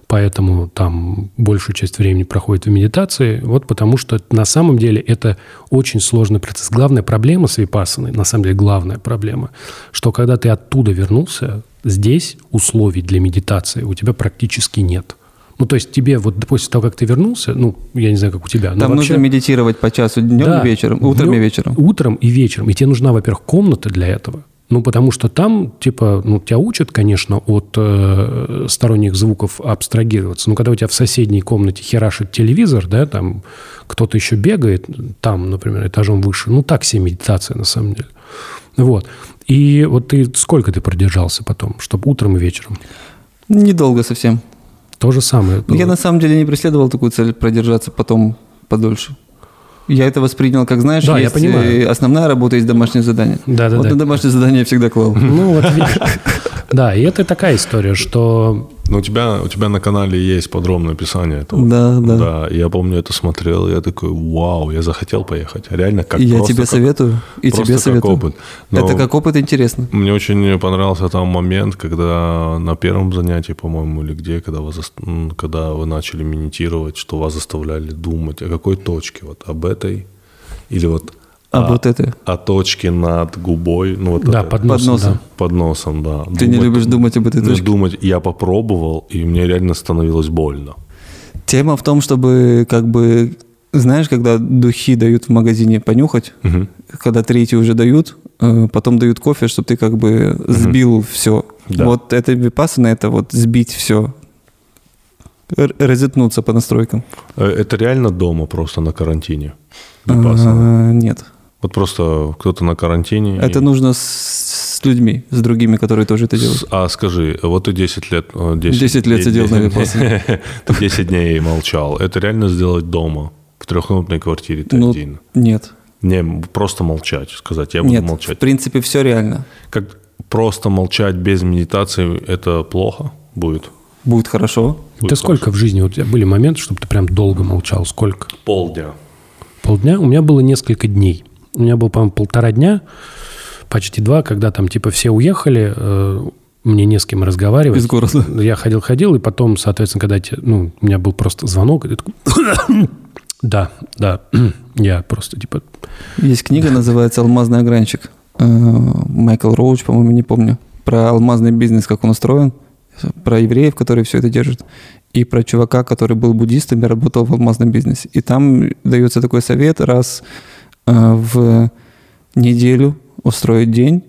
Speaker 3: поэтому там большую часть времени проходит в медитации, вот потому что на самом деле это очень сложный процесс. Главная проблема с випассаной, на самом деле главная проблема, что когда ты оттуда вернулся, здесь условий для медитации у тебя практически нет. Ну, то есть тебе вот после того, как ты вернулся, ну, я не знаю, как у тебя. но
Speaker 2: Там
Speaker 3: вообще-
Speaker 2: нужно медитировать по часу днем
Speaker 3: да. Ну.
Speaker 2: и вечером, утром и
Speaker 3: Днём-
Speaker 2: вечером.
Speaker 3: Утром и вечером. И тебе нужна, во-первых, комната для этого. Ну, потому что там, типа, ну, тебя учат, конечно, от э, сторонних звуков абстрагироваться. Но когда у тебя в соседней комнате херашит телевизор, да, там кто-то еще бегает, там, например, этажом выше, ну, так себе медитация, на самом деле. Вот. И вот ты сколько ты продержался потом, чтобы утром и вечером?
Speaker 2: Недолго совсем.
Speaker 3: То же самое.
Speaker 2: Но Я
Speaker 3: было.
Speaker 2: на самом деле не преследовал такую цель продержаться потом подольше. Я это воспринял, как знаешь,
Speaker 3: Да, я
Speaker 2: есть,
Speaker 3: понимаю.
Speaker 2: э, основная работа есть домашнее задание.
Speaker 3: Да-да-да.
Speaker 2: Вот на домашнее задание я всегда клал.
Speaker 3: Ну, вот видишь. Да, и это такая история, что
Speaker 1: Но у тебя, у тебя на канале есть подробное описание этого.
Speaker 2: Да, да.
Speaker 1: Да, я помню, это смотрел, я такой, вау, я захотел поехать. А Реально, как
Speaker 2: И я
Speaker 1: просто
Speaker 2: тебе
Speaker 1: как-
Speaker 2: советую, и
Speaker 1: просто
Speaker 2: тебе
Speaker 1: как
Speaker 2: советую.
Speaker 1: опыт. Ну. Но-
Speaker 2: Это как опыт интересно.
Speaker 1: Мне очень понравился там момент, когда на первом занятии, по-моему, или где, когда вы, зас- м, когда вы начали медитировать, что вас заставляли думать о какой точке, вот об этой, или вот
Speaker 2: Об А, вот этой.
Speaker 1: о точке над губой, ну вот
Speaker 3: Да,
Speaker 1: это,
Speaker 3: под
Speaker 1: под...
Speaker 3: носом.
Speaker 2: носом.
Speaker 3: да.
Speaker 1: носом, да.
Speaker 2: Ты не любишь думать об этой
Speaker 1: ну,
Speaker 2: точке.
Speaker 1: думать, я попробовал, и мне реально становилось больно.
Speaker 2: Тема в том, чтобы как бы... Знаешь, когда духи дают в магазине понюхать,
Speaker 1: Мгм.
Speaker 2: когда третий уже дают, э, потом дают кофе, чтобы ты как бы сбил все.
Speaker 1: Да.
Speaker 2: Вот это випасана, это вот сбить все. Разетнуться по настройкам.
Speaker 1: Э, Это реально дома просто на карантине. Випассана.
Speaker 2: А, Нет.
Speaker 1: Вот просто кто-то на карантине. и-
Speaker 2: Это нужно с, с людьми, с другими, которые тоже это делают.
Speaker 1: С- А скажи, вот ты 10 лет... э, 10,
Speaker 2: 10 лет сидел на
Speaker 1: Ты 10 дней молчал. Это реально сделать дома? В трехкомнатной квартире ты
Speaker 2: Ну,
Speaker 1: один?
Speaker 2: Нет.
Speaker 1: Не, просто молчать, сказать, я буду
Speaker 2: Нет. В
Speaker 1: молчать.
Speaker 2: принципе, все реально.
Speaker 1: Как, просто молчать без медитации это плохо будет?
Speaker 2: Будет хорошо.
Speaker 1: Будет
Speaker 3: Ты сколько в жизни у тебя были моменты, чтобы ты прям долго молчал? Сколько?
Speaker 1: Полдня.
Speaker 3: Полдня? У меня было несколько дней. У меня было, по-моему, полтора дня, почти два, когда там типа все уехали, э, мне не с кем разговаривать.
Speaker 2: Из города.
Speaker 3: Я ходил-ходил, и потом, соответственно, когда те- ну, у меня был просто звонок, я такой, да, да, я просто типа...
Speaker 2: Есть книга, называется «Алмазный огранчик». Э, Майкл Роуч, по-моему, не помню. Про алмазный бизнес, как он устроен. Про евреев, которые все это держат. И про чувака, который был буддистом и работал в алмазном бизнесе. И там дается такой совет раз э, в неделю устроить день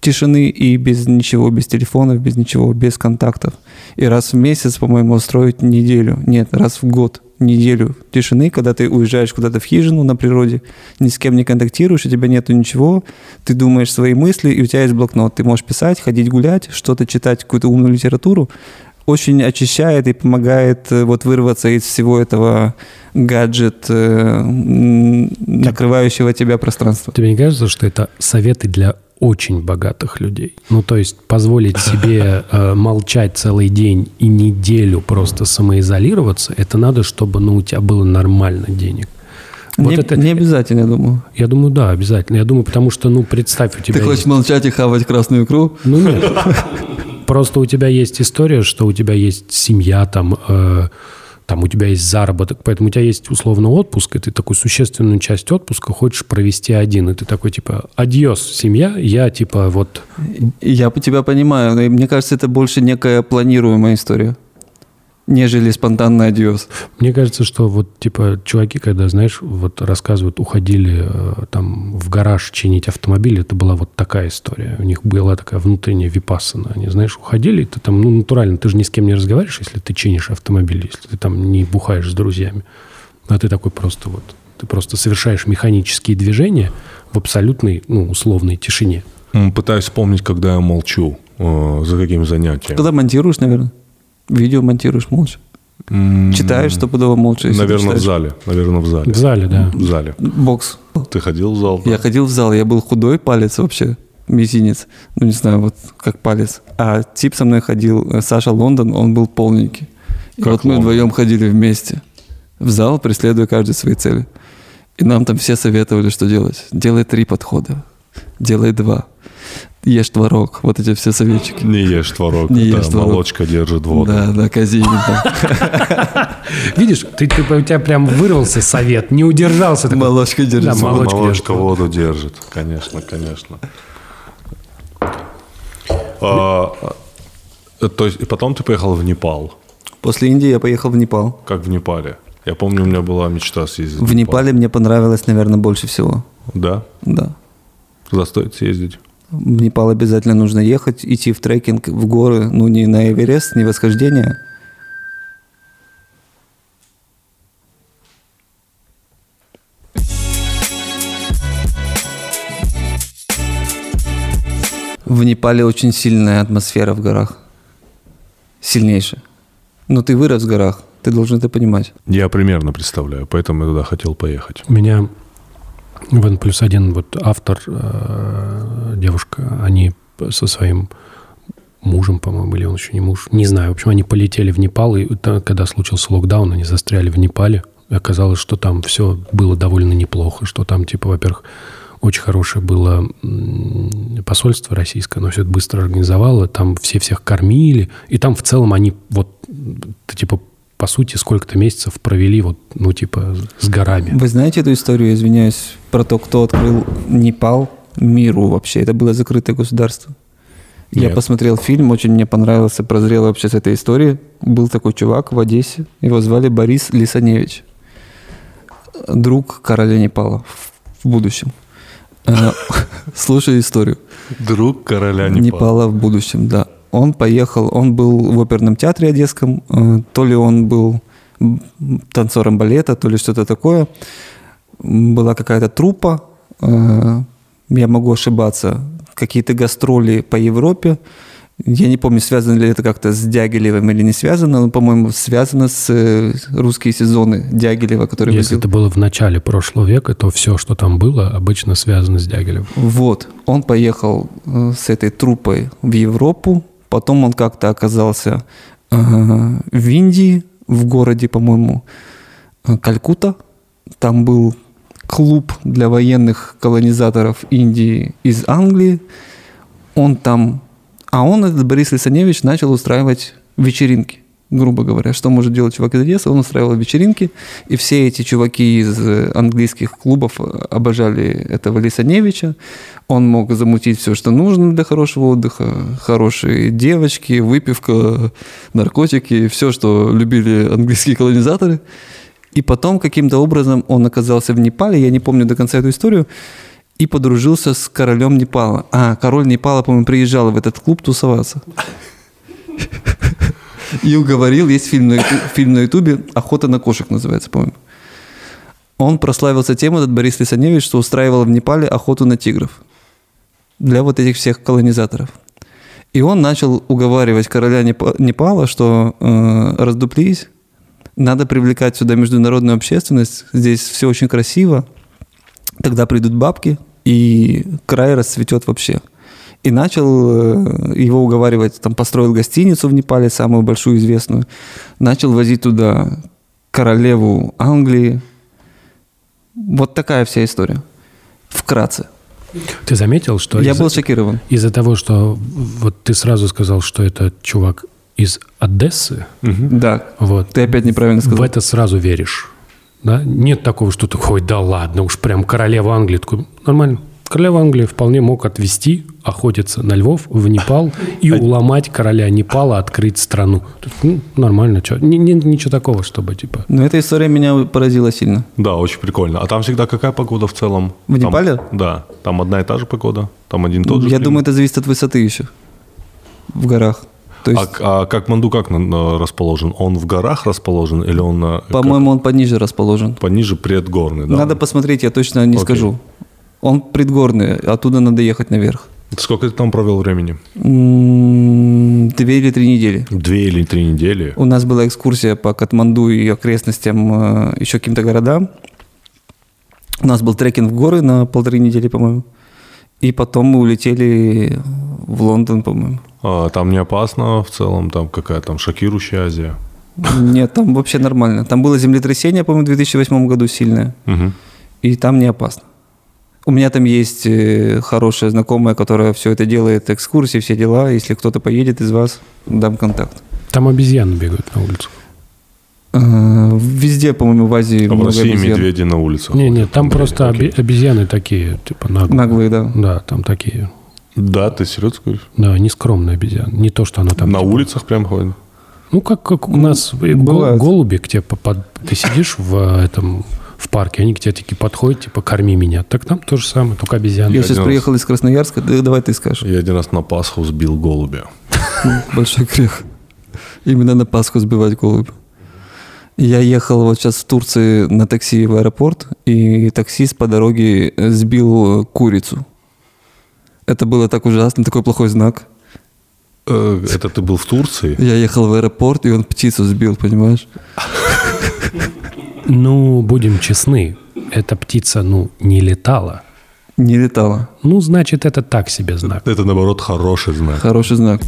Speaker 2: тишины и без ничего, без телефонов, без ничего, без контактов. И раз в месяц, по-моему, устроить неделю. Нет, раз в год неделю тишины, когда ты уезжаешь куда-то в хижину на природе, ни с кем не контактируешь, у тебя нету ничего, ты думаешь свои мысли, и у тебя есть блокнот. Ты можешь писать, ходить гулять, что-то читать, какую-то умную литературу. Очень очищает и помогает э, вот вырваться из всего этого гаджет, э, м, накрывающего тебя пространства.
Speaker 3: Тебе не кажется, что это советы для очень богатых людей? Ну, то есть позволить себе э, молчать целый день и неделю просто самоизолироваться, это надо, чтобы ну, у тебя было нормально денег. Вот
Speaker 2: не,
Speaker 3: это,
Speaker 2: не обязательно, я думаю.
Speaker 3: Я думаю, да, обязательно. Я думаю, потому что, ну, представь, у тебя...
Speaker 2: Ты хочешь
Speaker 3: есть-
Speaker 2: молчать и хавать красную икру?
Speaker 3: Ну, нет. Просто у тебя есть история, что у тебя есть семья, там, э, там у тебя есть заработок, поэтому у тебя есть условно отпуск, и ты такую существенную часть отпуска хочешь провести один, и ты такой, типа, адьос, семья, я, типа, вот...
Speaker 2: Я по- тебя понимаю, но и мне кажется, это больше некая планируемая история, нежели спонтанный адиос.
Speaker 3: Мне кажется, что вот, типа, чуваки, когда, знаешь, вот рассказывают, уходили э, там в гараж чинить автомобиль, это была вот такая история. У них была такая внутренняя випассана. Они, знаешь, уходили, и ты там, ну, натурально, ты же ни с кем не разговариваешь, если ты чинишь автомобиль, если ты там не бухаешь с друзьями. А ты такой просто вот, ты просто совершаешь механические движения в абсолютной, ну, условной тишине.
Speaker 1: М, Пытаюсь вспомнить, когда я молчу, э, за каким занятием.
Speaker 2: Когда монтируешь, наверное, видео монтируешь молча.
Speaker 1: М,
Speaker 2: Читаешь стопудово молча. если ты
Speaker 1: Наверное, в
Speaker 2: читаешь.
Speaker 1: зале. Наверное, в зале.
Speaker 3: В зале, да.
Speaker 1: В зале.
Speaker 2: Бокс.
Speaker 1: Ты ходил в зал? да?
Speaker 2: Я ходил в зал, я был худой палец вообще, мизинец. Ну, не знаю, вот как палец. А тип со мной ходил, э, Саша Лондон, он был полненький. И
Speaker 1: Как
Speaker 2: вот мы
Speaker 1: Лондон?
Speaker 2: вдвоем ходили вместе в зал, преследуя каждый свои цели. И нам там все советовали, что делать. Делай три подхода, делай два. Ешь творог, вот эти все советчики.
Speaker 1: Не ешь творог.
Speaker 2: Не
Speaker 1: да,
Speaker 2: ешь творог.
Speaker 1: Молочка держит воду.
Speaker 2: Да, да, казинин. да.
Speaker 3: Видишь, ты, ты- у тебя прям вырвался совет, не удержался. такой,
Speaker 2: Молочка держит.
Speaker 3: Да,
Speaker 2: воду.
Speaker 3: молочка держит воду.
Speaker 1: воду держит. Конечно, конечно. А, э, то есть, и потом ты поехал в Непал.
Speaker 2: После Индии я поехал в Непал.
Speaker 1: Как в Непале? Я помню, у меня была мечта съездить
Speaker 2: В
Speaker 1: Непал.
Speaker 2: Непале мне понравилось, наверное, больше всего.
Speaker 1: Да?
Speaker 2: Да.
Speaker 1: Туда стоит съездить?
Speaker 2: В Непал обязательно нужно ехать, идти в трекинг, в горы, ну не на Эверест, не восхождение. В Непале очень сильная атмосфера в горах. Сильнейшая. Но ты вырос в горах, ты должен это понимать.
Speaker 1: Я примерно представляю, поэтому я туда хотел поехать.
Speaker 3: У меня в N плюс один вот автор, э, девушка, они со своим мужем, по-моему, или он еще не муж, не знаю, в общем, они полетели в Непал, и та- когда случился локдаун, они застряли в Непале, и оказалось, что там все было довольно неплохо, что там, типа, во-первых, очень хорошее было м, посольство российское, оно все это быстро организовало, там все всех кормили, и там в целом они вот, м, типа, по сути, сколько-то месяцев провели вот, ну, типа, с горами.
Speaker 2: Вы знаете эту историю, извиняюсь, про то, кто открыл Непал миру вообще? Это было закрытое государство. Я
Speaker 1: Нет.
Speaker 2: посмотрел фильм, очень мне понравился, прозрела вообще с этой истории. Был такой чувак в Одессе, его звали Борис Лисаневич. Друг короля Непала в в будущем. Э, Слушай историю.
Speaker 1: Друг короля Непала.
Speaker 2: Непала в будущем, да. Он поехал, он был в оперном театре одесском, э, то ли он был м, танцором балета, то ли что-то такое. М, Была какая-то труппа, э, я могу ошибаться, какие-то гастроли по Европе, Я не помню, связано ли это как-то с Дягилевым или не связано, но, по-моему, связано с э, русские сезоны Дягилева, который
Speaker 3: Если
Speaker 2: выходил.
Speaker 3: это было в начале прошлого века, то все, что там было, обычно связано с Дягилевым.
Speaker 2: Вот, он поехал э, с этой трупой в Европу, потом он как-то оказался э, в Индии, в городе, по-моему, э, Калькута. Там был клуб для военных колонизаторов Индии из Англии. Он там... А он, этот Борис Лисаневич, начал устраивать вечеринки грубо говоря, что может делать чувак из Одессы, он устраивал вечеринки, и все эти чуваки из э, английских клубов э, обожали этого Лисаневича, он мог замутить все, что нужно для хорошего отдыха, хорошие девочки, выпивка, наркотики, все, что любили английские колонизаторы, и потом каким-то образом он оказался в Непале, я не помню до конца эту историю, и подружился с королем Непала. А, король Непала, по-моему, приезжал в этот клуб тусоваться. И уговорил, есть фильм на, юту- фильм на ютубе «Охота на кошек» называется, по-моему. Он прославился тем, этот Борис Лисаневич, что устраивал в Непале охоту на тигров для вот этих всех колонизаторов. И он начал уговаривать короля Непа- Непала, что э, раздуплись, надо привлекать сюда международную общественность, здесь все очень красиво, тогда придут бабки, и край расцветет вообще. И начал э, его уговаривать, там построил гостиницу в Непале, самую большую известную, начал возить туда королеву Англии. Вот такая вся история. Вкратце.
Speaker 3: Ты заметил, что
Speaker 2: Я
Speaker 3: из-за,
Speaker 2: был шокирован.
Speaker 3: из-за того, что вот ты сразу сказал, что это чувак из Одессы,
Speaker 2: Да.
Speaker 3: вот,
Speaker 2: Ты опять неправильно
Speaker 3: в
Speaker 2: сказал.
Speaker 3: это сразу веришь. Да? Нет такого, что ты ой, да ладно, уж прям королева Англии. Такой, нормально. Королева Англии вполне мог отвести, охотиться на львов в Непал
Speaker 2: А
Speaker 3: и уломать короля Непала открыть страну. Ты такой, Ну, нормально, чё? Ни- ни- ничего такого, чтобы типа...
Speaker 2: Но эта история меня поразила сильно.
Speaker 1: Да, очень прикольно. А там всегда какая погода в целом?
Speaker 2: В
Speaker 1: Там-
Speaker 2: Непале?
Speaker 1: Да. Там одна и та же погода, там один и тот же.
Speaker 2: Я
Speaker 1: климат.
Speaker 2: думаю, это зависит от высоты еще. В горах. То
Speaker 1: А,
Speaker 2: есть,
Speaker 1: к- а Катманду как на- на- расположен? Он в горах расположен или он на-
Speaker 2: по-моему, он пониже расположен.
Speaker 1: как- пониже предгорный? Да?
Speaker 2: Надо посмотреть, я точно не
Speaker 1: Окей.
Speaker 2: скажу. Он предгорный, оттуда надо ехать наверх.
Speaker 1: Сколько ты там провел времени?
Speaker 2: М, М-м, Две или три недели.
Speaker 1: Две или три недели?
Speaker 2: У нас была экскурсия по Катманду и окрестностям, э, еще каким-то городам. У нас был трекинг в горы на полторы недели, по-моему. И потом мы улетели в Лондон, по-моему.
Speaker 1: А, там не опасно в целом? Там какая там шокирующая Азия?
Speaker 2: Нет, там вообще нормально. Там было землетрясение, по-моему, в 2008 году сильное.
Speaker 1: Мгм.
Speaker 2: И там не опасно. У меня там есть э, хорошая знакомая, которая все это делает, экскурсии, все дела. Если кто-то поедет из вас, дам контакт.
Speaker 3: Там обезьяны бегают на улицу.
Speaker 2: Э, Везде, по-моему, в Азии
Speaker 1: А в
Speaker 2: много
Speaker 1: России
Speaker 2: обезьян.
Speaker 1: медведи на улицах.
Speaker 3: Не, не, там
Speaker 1: Блин,
Speaker 3: просто
Speaker 1: окей.
Speaker 3: обе- обезьяны такие, типа наглые.
Speaker 2: Наглые, да.
Speaker 3: Да, там такие.
Speaker 1: Да, ты серьезно говоришь?
Speaker 3: Да, нескромные обезьяны. Не то, что она там...
Speaker 1: на
Speaker 3: типа,
Speaker 1: улицах прям ходят?
Speaker 3: Ну, как, как у нас э, гол-
Speaker 2: бывает.
Speaker 3: голуби к тебе попад... Ты сидишь в э, этом в парке, они к тебе такие подходят, типа, корми меня. Так там то же самое, только обезьяны.
Speaker 2: Я сейчас
Speaker 1: раз.
Speaker 2: приехал из Красноярска, да, давай ты скажешь.
Speaker 1: Я один раз на Пасху сбил голубя.
Speaker 2: Большой грех. Именно на Пасху сбивать голубь. Я ехал вот сейчас в Турции на такси в аэропорт, и таксист по дороге э, сбил э, курицу. Это было так ужасно, такой плохой знак.
Speaker 1: Э, Это ты был в Турции?
Speaker 2: Я ехал в аэропорт, и он птицу сбил, понимаешь?
Speaker 3: Ну, будем честны, эта птица, ну, не летала.
Speaker 2: Не летала.
Speaker 3: Ну, значит, это так себе знак.
Speaker 1: Это, наоборот, хороший знак.
Speaker 2: Хороший знак.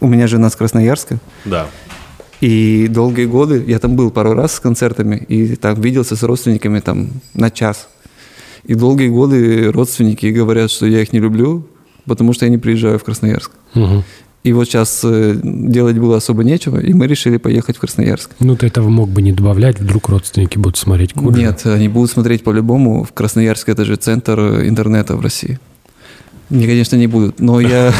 Speaker 2: У меня жена с Красноярска,
Speaker 1: Да.
Speaker 2: и долгие годы я там был пару раз с концертами, и там виделся с родственниками там на час. И долгие годы родственники говорят, что я их не люблю, потому что я не приезжаю в Красноярск.
Speaker 3: Мгм.
Speaker 2: И вот сейчас делать было особо нечего, и мы решили поехать в Красноярск.
Speaker 3: Ну, ты этого мог бы не добавлять, вдруг родственники будут смотреть курицу.
Speaker 2: Нет, они будут смотреть по-любому. В Красноярске это же центр э, интернета в России. Не, конечно, не будут, но я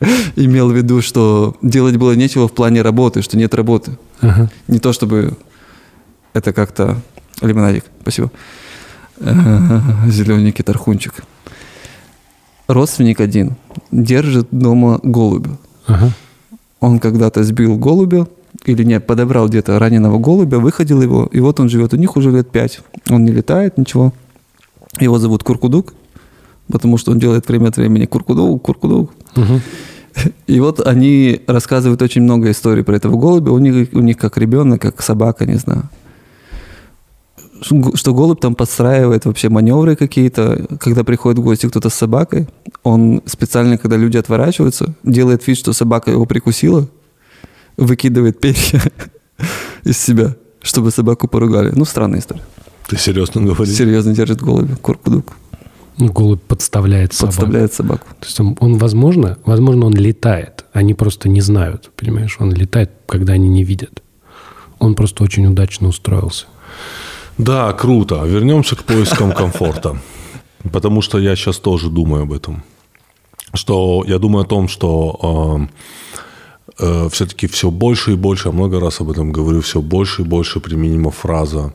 Speaker 2: имел в виду, что делать было нечего в плане работы, что нет работы.
Speaker 3: Ага.
Speaker 2: Не то чтобы это как-то... Лимонадик, спасибо. Зелененький тархунчик. Родственник один держит дома голубя.
Speaker 3: Ага.
Speaker 2: Он когда-то сбил голубя, или нет, подобрал где-то раненого голубя, выходил его, и вот он живет у них уже лет пять. Он не летает, ничего. Его зовут Куркудук, потому что он делает время от времени Куркудук, Куркудук.
Speaker 3: Мгм.
Speaker 2: И вот они рассказывают очень много историй про этого голубя. У них, у них как ребенок, как собака, не знаю. Ш- г- Что голубь там подстраивает вообще маневры какие-то. Когда приходит в гости кто-то с собакой, он специально, когда люди отворачиваются, делает вид, что собака его прикусила, выкидывает перья из себя, чтобы собаку поругали. Ну, странная история.
Speaker 1: Ты серьезно говоришь?
Speaker 2: Серьезно держит голубя, коркудук.
Speaker 3: Ну, голубь подставляет собаку.
Speaker 2: Подставляет собаку.
Speaker 3: То есть он, он, возможно, возможно, он летает. Они просто не знают, понимаешь? Он летает, когда они не видят. Он просто очень удачно устроился.
Speaker 1: Да, круто. Вернемся к поискам комфорта. Потому что я сейчас тоже думаю об этом. Что я думаю о том, что а, все-таки все больше и больше, я много раз об этом говорю, все больше и больше применима фраза.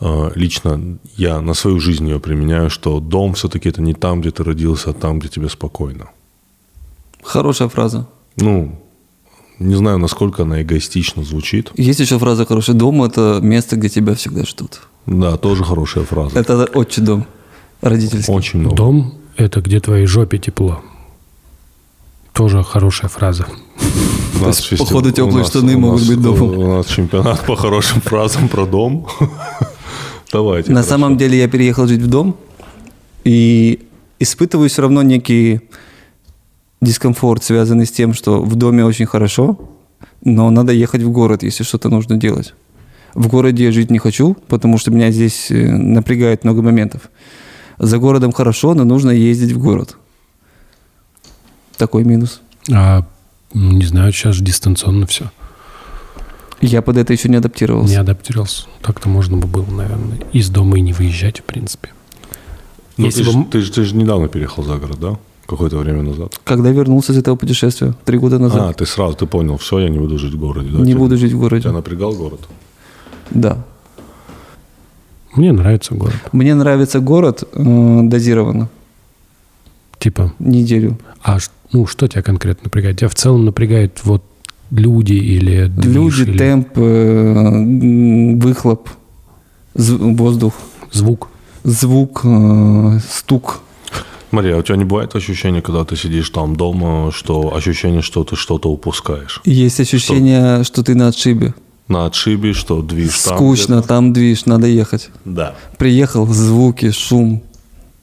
Speaker 1: э, Лично я на свою жизнь ее применяю, что дом все-таки это не там, где ты родился, а там, где тебе спокойно.
Speaker 2: Хорошая фраза.
Speaker 1: Ну, не знаю, насколько она эгоистично звучит.
Speaker 2: Есть еще фраза хорошая. Дом – это место, где тебя всегда ждут.
Speaker 1: Да, тоже хорошая фраза.
Speaker 2: Это отчий дом. Родительский.
Speaker 1: Очень много.
Speaker 3: Дом – это где твоей жопе тепло. Тоже хорошая фраза.
Speaker 1: У нас
Speaker 2: есть,
Speaker 1: фестив-
Speaker 2: походу,
Speaker 1: у
Speaker 2: теплые
Speaker 1: нас-
Speaker 2: штаны
Speaker 1: у
Speaker 2: могут
Speaker 1: нас-
Speaker 2: быть домом.
Speaker 1: У нас чемпионат по хорошим фразам про дом. Давайте.
Speaker 2: На
Speaker 1: хорошо.
Speaker 2: самом деле я переехал жить в дом и испытываю все равно некий дискомфорт, связанный с тем, что в доме очень хорошо, но надо ехать в город, если что-то нужно делать. В городе я жить не хочу, потому что меня здесь э, напрягает много моментов. За городом хорошо, но нужно ездить в город. Такой минус.
Speaker 3: А, м, не знаю, сейчас же дистанционно все.
Speaker 2: Я под это еще не адаптировался.
Speaker 3: Не адаптировался. Так-то можно бы было, наверное, из дома и не выезжать, в принципе.
Speaker 1: Ну,
Speaker 3: если
Speaker 1: ты
Speaker 3: бы
Speaker 1: ж-
Speaker 3: м-
Speaker 1: Ты же ты ж недавно переехал за город, да? Какое-то время назад.
Speaker 2: Когда вернулся из этого путешествия, три года
Speaker 1: А,
Speaker 2: назад,
Speaker 1: ты сразу, ты понял, все, я не буду жить в городе. да?
Speaker 2: не
Speaker 1: Тебя-
Speaker 2: буду жить в городе.
Speaker 1: Тебя напрягал город?
Speaker 2: Да.
Speaker 3: Мне нравится город.
Speaker 2: Мне нравится город э, дозированно,
Speaker 3: Типа,
Speaker 2: неделю.
Speaker 3: а ш- ну что тебя конкретно напрягает? Тебя в целом напрягает вот люди или движ,
Speaker 2: Люди,
Speaker 3: или
Speaker 2: темп, э, м, выхлоп, з- воздух,
Speaker 3: звук?
Speaker 2: звук, э, стук.
Speaker 1: Мария, а у тебя не бывает ощущения, когда ты сидишь там дома, что ощущение, что ты что-то упускаешь?
Speaker 2: Есть ощущение, что ты на отшибе.
Speaker 1: На отшибе, что движ там.
Speaker 2: Скучно,
Speaker 1: где-то.
Speaker 2: там движ, надо ехать.
Speaker 1: Да.
Speaker 2: Приехал, звуки, шум,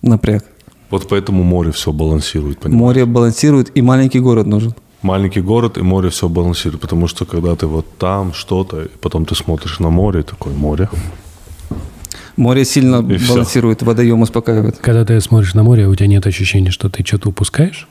Speaker 2: напряг.
Speaker 1: Вот поэтому море все балансирует, понимаешь?
Speaker 2: Море балансирует, и маленький город нужен.
Speaker 1: маленький город и море все балансирует, потому что когда ты вот там что-то, и потом ты смотришь на море, и такой море.
Speaker 2: Море сильно
Speaker 1: И всё.
Speaker 2: балансирует, водоем успокаивает.
Speaker 3: Когда ты смотришь на море, у тебя нет ощущения, что ты что-то упускаешь?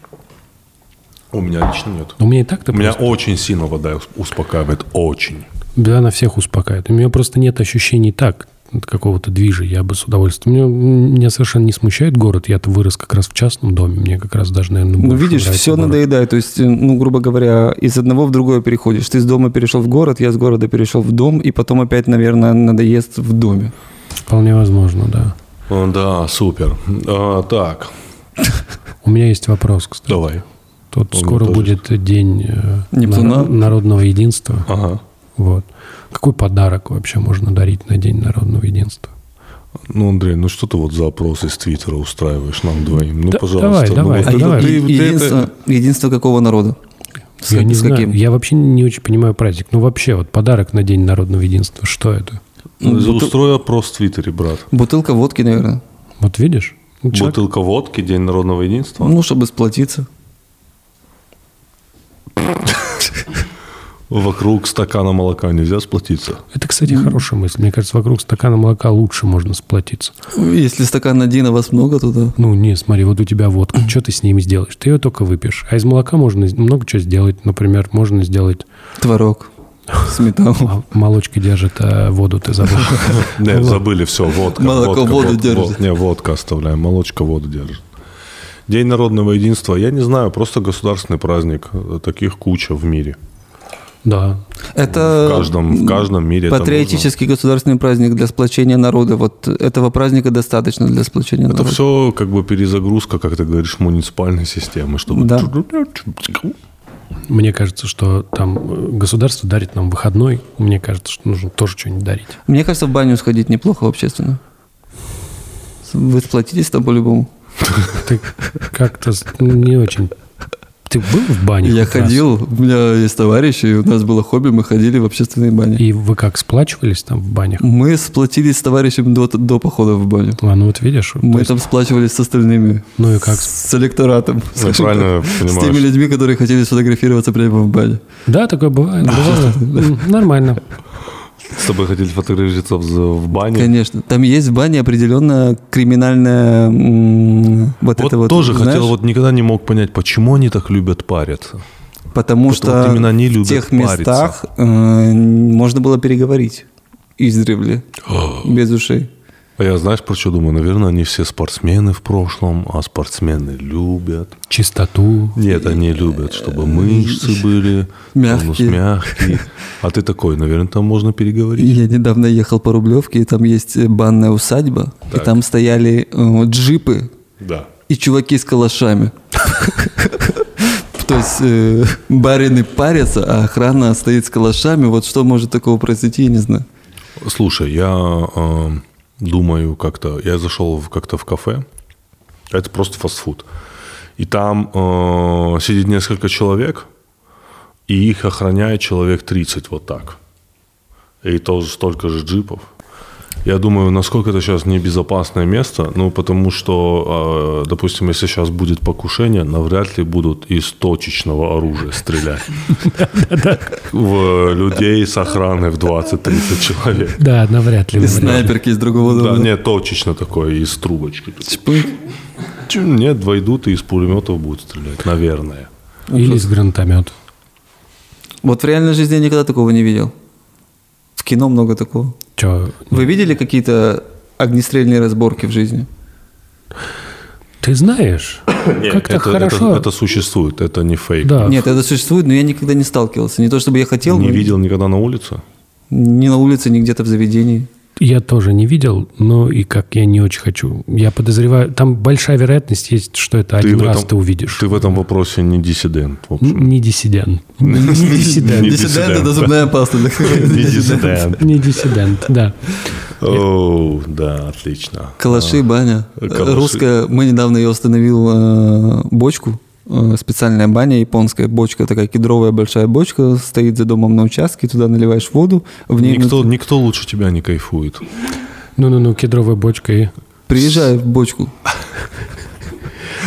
Speaker 1: У меня лично нет.
Speaker 3: У меня и так-то
Speaker 1: У меня
Speaker 3: просто-
Speaker 1: очень сильно вода ус- успокаивает, очень.
Speaker 3: Да, она всех успокаивает. У меня просто нет ощущений так, от какого-то движа, я бы с удовольствием. Меня, меня совершенно не смущает город, я-то вырос как раз в частном доме, мне как раз даже, наверное,
Speaker 2: Ну,
Speaker 3: больше
Speaker 2: видишь,
Speaker 3: нравится
Speaker 2: все
Speaker 3: город.
Speaker 2: надоедает. То есть, э, ну, грубо говоря, из одного в другое переходишь. Ты из дома перешел в город, я с города перешел в дом, и потом опять, наверное, надоест в доме.
Speaker 3: Вполне возможно, да.
Speaker 1: О, Да, супер. А, так,
Speaker 3: У меня есть вопрос, кстати.
Speaker 1: давай.
Speaker 3: Тут
Speaker 1: Он
Speaker 3: скоро
Speaker 1: тоже-
Speaker 3: будет день э,
Speaker 2: Не
Speaker 3: нар-
Speaker 2: плана-
Speaker 3: народного единства.
Speaker 1: Ага.
Speaker 3: Вот. Какой подарок вообще можно дарить на день народного единства?
Speaker 1: Ну, Андрей, ну что ты вот запрос из Твиттера устраиваешь нам двоим? Ну,
Speaker 3: Да-
Speaker 1: пожалуйста.
Speaker 3: давай, давай.
Speaker 1: ну,
Speaker 2: А
Speaker 1: вот это
Speaker 2: е-
Speaker 3: давай.
Speaker 1: ты-
Speaker 2: и-
Speaker 1: ты-
Speaker 2: единство, единство какого народа? С,
Speaker 3: я
Speaker 2: как-
Speaker 3: не
Speaker 2: с
Speaker 3: знаю.
Speaker 2: каким?
Speaker 3: Я вообще не очень понимаю праздник. Ну, вообще, вот подарок на день народного единства, что это?
Speaker 1: ты-
Speaker 2: Ну, бутыл-
Speaker 1: Устрой опрос в Твиттере, брат.
Speaker 2: Бутылка водки, наверное.
Speaker 3: Вот видишь? Ну, человек-
Speaker 1: Бутылка водки, День народного единства.
Speaker 2: Ну, чтобы сплотиться.
Speaker 1: Вокруг стакана молока нельзя сплотиться.
Speaker 3: Это, кстати, хорошая мысль. Мне кажется, вокруг стакана молока лучше можно сплотиться.
Speaker 2: Если стакан один, а вас много, то да.
Speaker 3: Ну, не, смотри, вот у тебя водка. Что ты с ним сделаешь? Ты ее только выпьешь. А из молока можно много чего сделать. Например, можно сделать...
Speaker 2: Творог, сметану.
Speaker 3: а, Молочка держит, а воду ты забыл.
Speaker 1: Не, забыли, все, водка.
Speaker 2: Молоко
Speaker 1: водка,
Speaker 2: воду
Speaker 1: вод-
Speaker 2: держит.
Speaker 1: вод- не, водка оставляем, молочко воду держит. День народного единства, я не знаю, просто государственный праздник. Таких куча в мире.
Speaker 3: Да.
Speaker 1: В
Speaker 2: Это
Speaker 1: каждом, в каждом мире. это
Speaker 2: Э, патриотический государственный праздник для сплочения народа. Вот этого праздника достаточно для сплочения
Speaker 1: нужно. Это
Speaker 2: народа.
Speaker 1: все как бы перезагрузка, как ты говоришь, муниципальной системы, чтобы... Э,
Speaker 2: Да.
Speaker 3: Мне кажется, что там э, государство дарит нам выходной. Мне кажется, что нужно тоже что-нибудь дарить.
Speaker 2: Мне кажется, в баню сходить неплохо общественно. С Вы сплотитесь там по-любому.
Speaker 3: Ты как-то ну, не очень... Ты был в бане?
Speaker 2: Я
Speaker 3: хоть раз?
Speaker 2: ходил, у меня есть товарищи, и у нас было хобби, мы ходили в общественные бани.
Speaker 3: И вы как, сплачивались там в банях?
Speaker 2: Мы сплотились с товарищем до, до похода в баню.
Speaker 3: А, ну вот видишь. то
Speaker 2: Мы
Speaker 3: есть-
Speaker 2: там сплачивались с остальными.
Speaker 3: Ну и как?
Speaker 2: С электоратом.
Speaker 1: Ну,
Speaker 2: скажем
Speaker 1: правильно
Speaker 2: так. С
Speaker 1: понимаешь.
Speaker 2: теми людьми, которые хотели сфотографироваться прямо в бане.
Speaker 3: Да, такое бывает. бывало. М, Нормально.
Speaker 1: С тобой хотели фотографироваться в в бане.
Speaker 2: Конечно. Там есть в бане определенно криминальная... м,
Speaker 4: Вот
Speaker 2: Вот, это вот
Speaker 4: тоже
Speaker 2: знаешь?
Speaker 4: хотел, вот никогда не мог понять, почему они так любят париться.
Speaker 2: Потому
Speaker 4: Вот
Speaker 2: что
Speaker 4: вот именно они
Speaker 2: в
Speaker 4: любят
Speaker 2: тех
Speaker 4: париться.
Speaker 2: местах э, можно было переговорить издревле, без ушей.
Speaker 1: А я знаешь, про что думаю? Наверное, они все спортсмены в прошлом, а спортсмены любят.
Speaker 3: Чистоту.
Speaker 1: Нет, они любят, чтобы мышцы были
Speaker 2: Мягкие.
Speaker 1: тонус мягкий. А ты такой, наверное, там можно переговорить.
Speaker 2: Я недавно ехал по Рублевке, и там есть э, банная усадьба, и там стояли э, джипы
Speaker 1: Да.
Speaker 2: и чуваки с калашами. То есть э, барины парятся, а охрана стоит с калашами. Вот что может такого произойти, я не знаю.
Speaker 1: Слушай, я э, думаю как-то... Я зашел в- как-то в кафе. А Это просто фастфуд. И там э, сидит несколько человек, и их охраняет человек 30 вот так. И тоже столько же джипов. Я думаю, насколько это сейчас небезопасное место, ну, потому что, э, допустим, если сейчас будет покушение, навряд ли будут из точечного оружия стрелять в людей с охраной в 20-30 человек.
Speaker 3: Да, навряд ли.
Speaker 2: И
Speaker 3: навряд ли.
Speaker 2: снайперки из
Speaker 3: Ну,
Speaker 2: другого
Speaker 1: Да,
Speaker 2: дома.
Speaker 1: нет, точечно такое, из трубочки.
Speaker 2: Чпы.
Speaker 1: Чё, Нет, войдут и из пулеметов будут стрелять, наверное.
Speaker 3: Или из гранатомета.
Speaker 2: Вот в реальной жизни я никогда такого не видел. В кино много такого.
Speaker 3: Че?
Speaker 2: Вы видели какие-то огнестрельные разборки в жизни?
Speaker 3: Ты знаешь? Как так
Speaker 1: это, это-
Speaker 3: хорошо.
Speaker 1: это существует, это не фейк.
Speaker 3: Да.
Speaker 2: Нет, это существует, но я никогда не сталкивался. Не то чтобы я хотел,
Speaker 1: Не
Speaker 2: но
Speaker 1: видел никогда на улице?
Speaker 2: ни на улице, ни где-то в заведении.
Speaker 3: Я тоже не видел, но и как я не очень хочу. Я подозреваю, там большая вероятность есть, что это один
Speaker 1: в
Speaker 3: раз
Speaker 1: этом-
Speaker 3: ты увидишь.
Speaker 1: Ты в этом вопросе не диссидент, в
Speaker 3: Н-
Speaker 1: общем.
Speaker 3: Не диссидент. Не
Speaker 1: Не
Speaker 3: диссидент.
Speaker 1: диссидент,
Speaker 2: это
Speaker 1: да.
Speaker 2: зубная паста. так сказать.
Speaker 1: Не диссидент.
Speaker 3: Не диссидент, да.
Speaker 1: Оу, да, отлично.
Speaker 2: Калаши, баня.
Speaker 1: А, Калаши.
Speaker 2: Русская, мы недавно ее установил э, бочку, э, специальная баня, японская бочка, такая кедровая большая бочка, стоит за домом на участке, туда наливаешь воду, в ней
Speaker 1: Никто, никто лучше тебя не кайфует.
Speaker 3: Ну-ну-ну, кедровая бочка и...
Speaker 2: приезжаешь в бочку,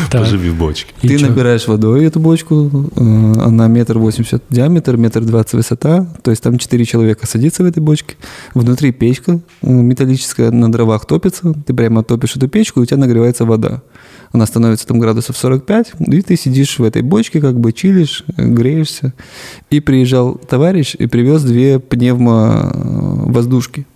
Speaker 3: Так.
Speaker 1: Поживи в бочке.
Speaker 3: И
Speaker 2: Ты
Speaker 3: чё?
Speaker 2: набираешь водой эту бочку, э, она метр восемьдесят диаметр, метр двадцать высота, то есть там четыре человека садится в этой бочке, внутри печка э, металлическая на дровах топится, ты прямо топишь эту печку, и у тебя нагревается вода. Она становится там градусов 45, и ты сидишь в этой бочке, как бы чилишь, э, греешься. И приезжал товарищ и привез две э, пневмовоздушки.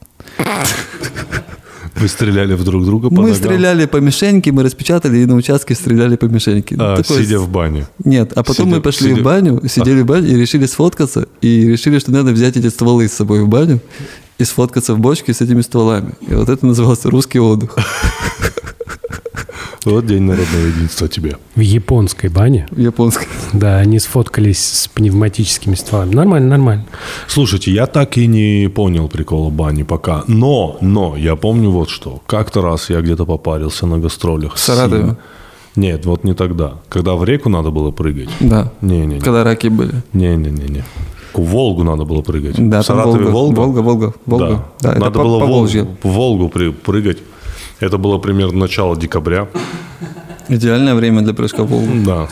Speaker 1: Вы стреляли в друг друга по
Speaker 2: Мы
Speaker 1: ногам,
Speaker 2: стреляли по мишеньке, мы распечатали и на участке стреляли по мишеньке. Ну,
Speaker 1: а,
Speaker 2: Такой
Speaker 1: сидя в бане.
Speaker 2: Нет, а потом
Speaker 1: Сидя-
Speaker 2: мы пошли
Speaker 1: сидя-
Speaker 2: в баню, сидели в бане и решили сфоткаться, и решили, что надо взять эти стволы с собой в баню и сфоткаться в бочке с этими стволами. И вот это называлось русский отдых.
Speaker 1: Вот день народного единства тебе.
Speaker 3: В японской бане,
Speaker 2: Японский.
Speaker 3: да, они сфоткались с пневматическими стволами. Нормально, нормально.
Speaker 1: Слушайте, я так и не понял прикола бани пока. Но, но, я помню вот что. Как-то раз я где-то попарился на гастролях. В
Speaker 2: Саратове?
Speaker 1: Нет, вот не тогда. Когда в реку надо было прыгать.
Speaker 2: Да.
Speaker 1: Не-не-не.
Speaker 2: Когда раки были.
Speaker 1: Не-не-не. В Волгу надо было прыгать.
Speaker 2: Да,
Speaker 1: в Саратове Волга.
Speaker 2: Волга, Волга, Волга.
Speaker 1: Да.
Speaker 2: Да, это
Speaker 1: надо
Speaker 2: по-
Speaker 1: было в
Speaker 2: Поволжье.
Speaker 1: Волгу, в Волгу при- прыгать. Это было примерно начало декабря.
Speaker 2: Идеальное время для прыжка в Волгу.
Speaker 1: Да.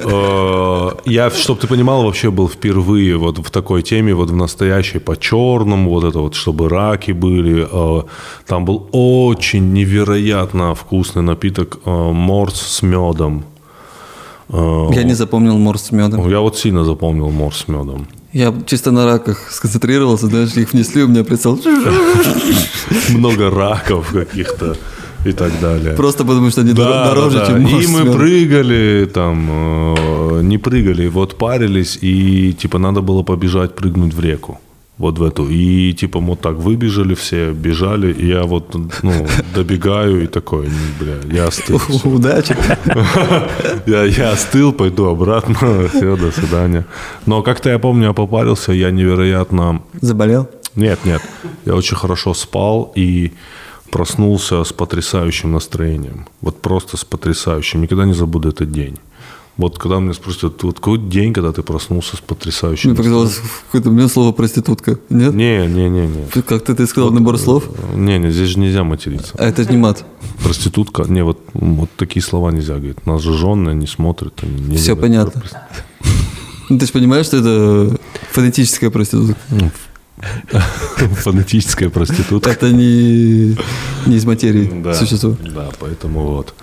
Speaker 1: Э, Я, чтобы ты понимал, вообще был впервые вот в такой теме, вот в настоящей, по черному, вот это вот, чтобы раки были. Э, Там был очень невероятно вкусный напиток э, морс с медом. Э,
Speaker 2: Я не запомнил морс с медом.
Speaker 1: Я вот сильно запомнил морс с медом.
Speaker 2: Я чисто на раках сконцентрировался, знаешь, их внесли, у меня прицел.
Speaker 1: Много раков каких-то и так далее.
Speaker 2: Просто потому что они дор- дороже,
Speaker 1: да, типа,
Speaker 2: чем
Speaker 1: да.
Speaker 2: морс
Speaker 1: И
Speaker 2: с
Speaker 1: мы
Speaker 2: мёдом.
Speaker 1: прыгали, там, э, не прыгали, вот парились, и, типа, надо было побежать прыгнуть в реку. Вот в эту. И, типа, мы вот так выбежали, все бежали, и я вот, ну, добегаю и такой, «Ну, бля, я остыл. всё.
Speaker 2: Удачи.
Speaker 1: Я, я остыл, пойду обратно, все, до свидания. Но как-то я помню, я попарился, я невероятно
Speaker 2: Заболел?
Speaker 1: нет, нет. Я очень хорошо спал и проснулся с потрясающим настроением. Вот просто с потрясающим. Никогда не забуду этот день. Вот когда меня спросят, вот какой день, когда ты проснулся с потрясающим
Speaker 2: Мне показалось, какое-то у меня слово проститутка. Нет?
Speaker 1: настроением? Не, не, не, не.
Speaker 2: Ты Как-то ты сказал набор слов,
Speaker 1: Не, не, здесь же нельзя материться.
Speaker 2: а это не мат.
Speaker 1: Проститутка, не, вот, вот такие слова нельзя говорить. Нас же жены не смотрят. Они не
Speaker 2: Всё
Speaker 1: любят.
Speaker 2: понятно. Ну, ты же понимаешь, что это фонетическая проститутка.
Speaker 1: Фанатическая проститутка.
Speaker 2: Это не, не из материи
Speaker 1: Да,
Speaker 2: существо.
Speaker 1: Да, поэтому вот.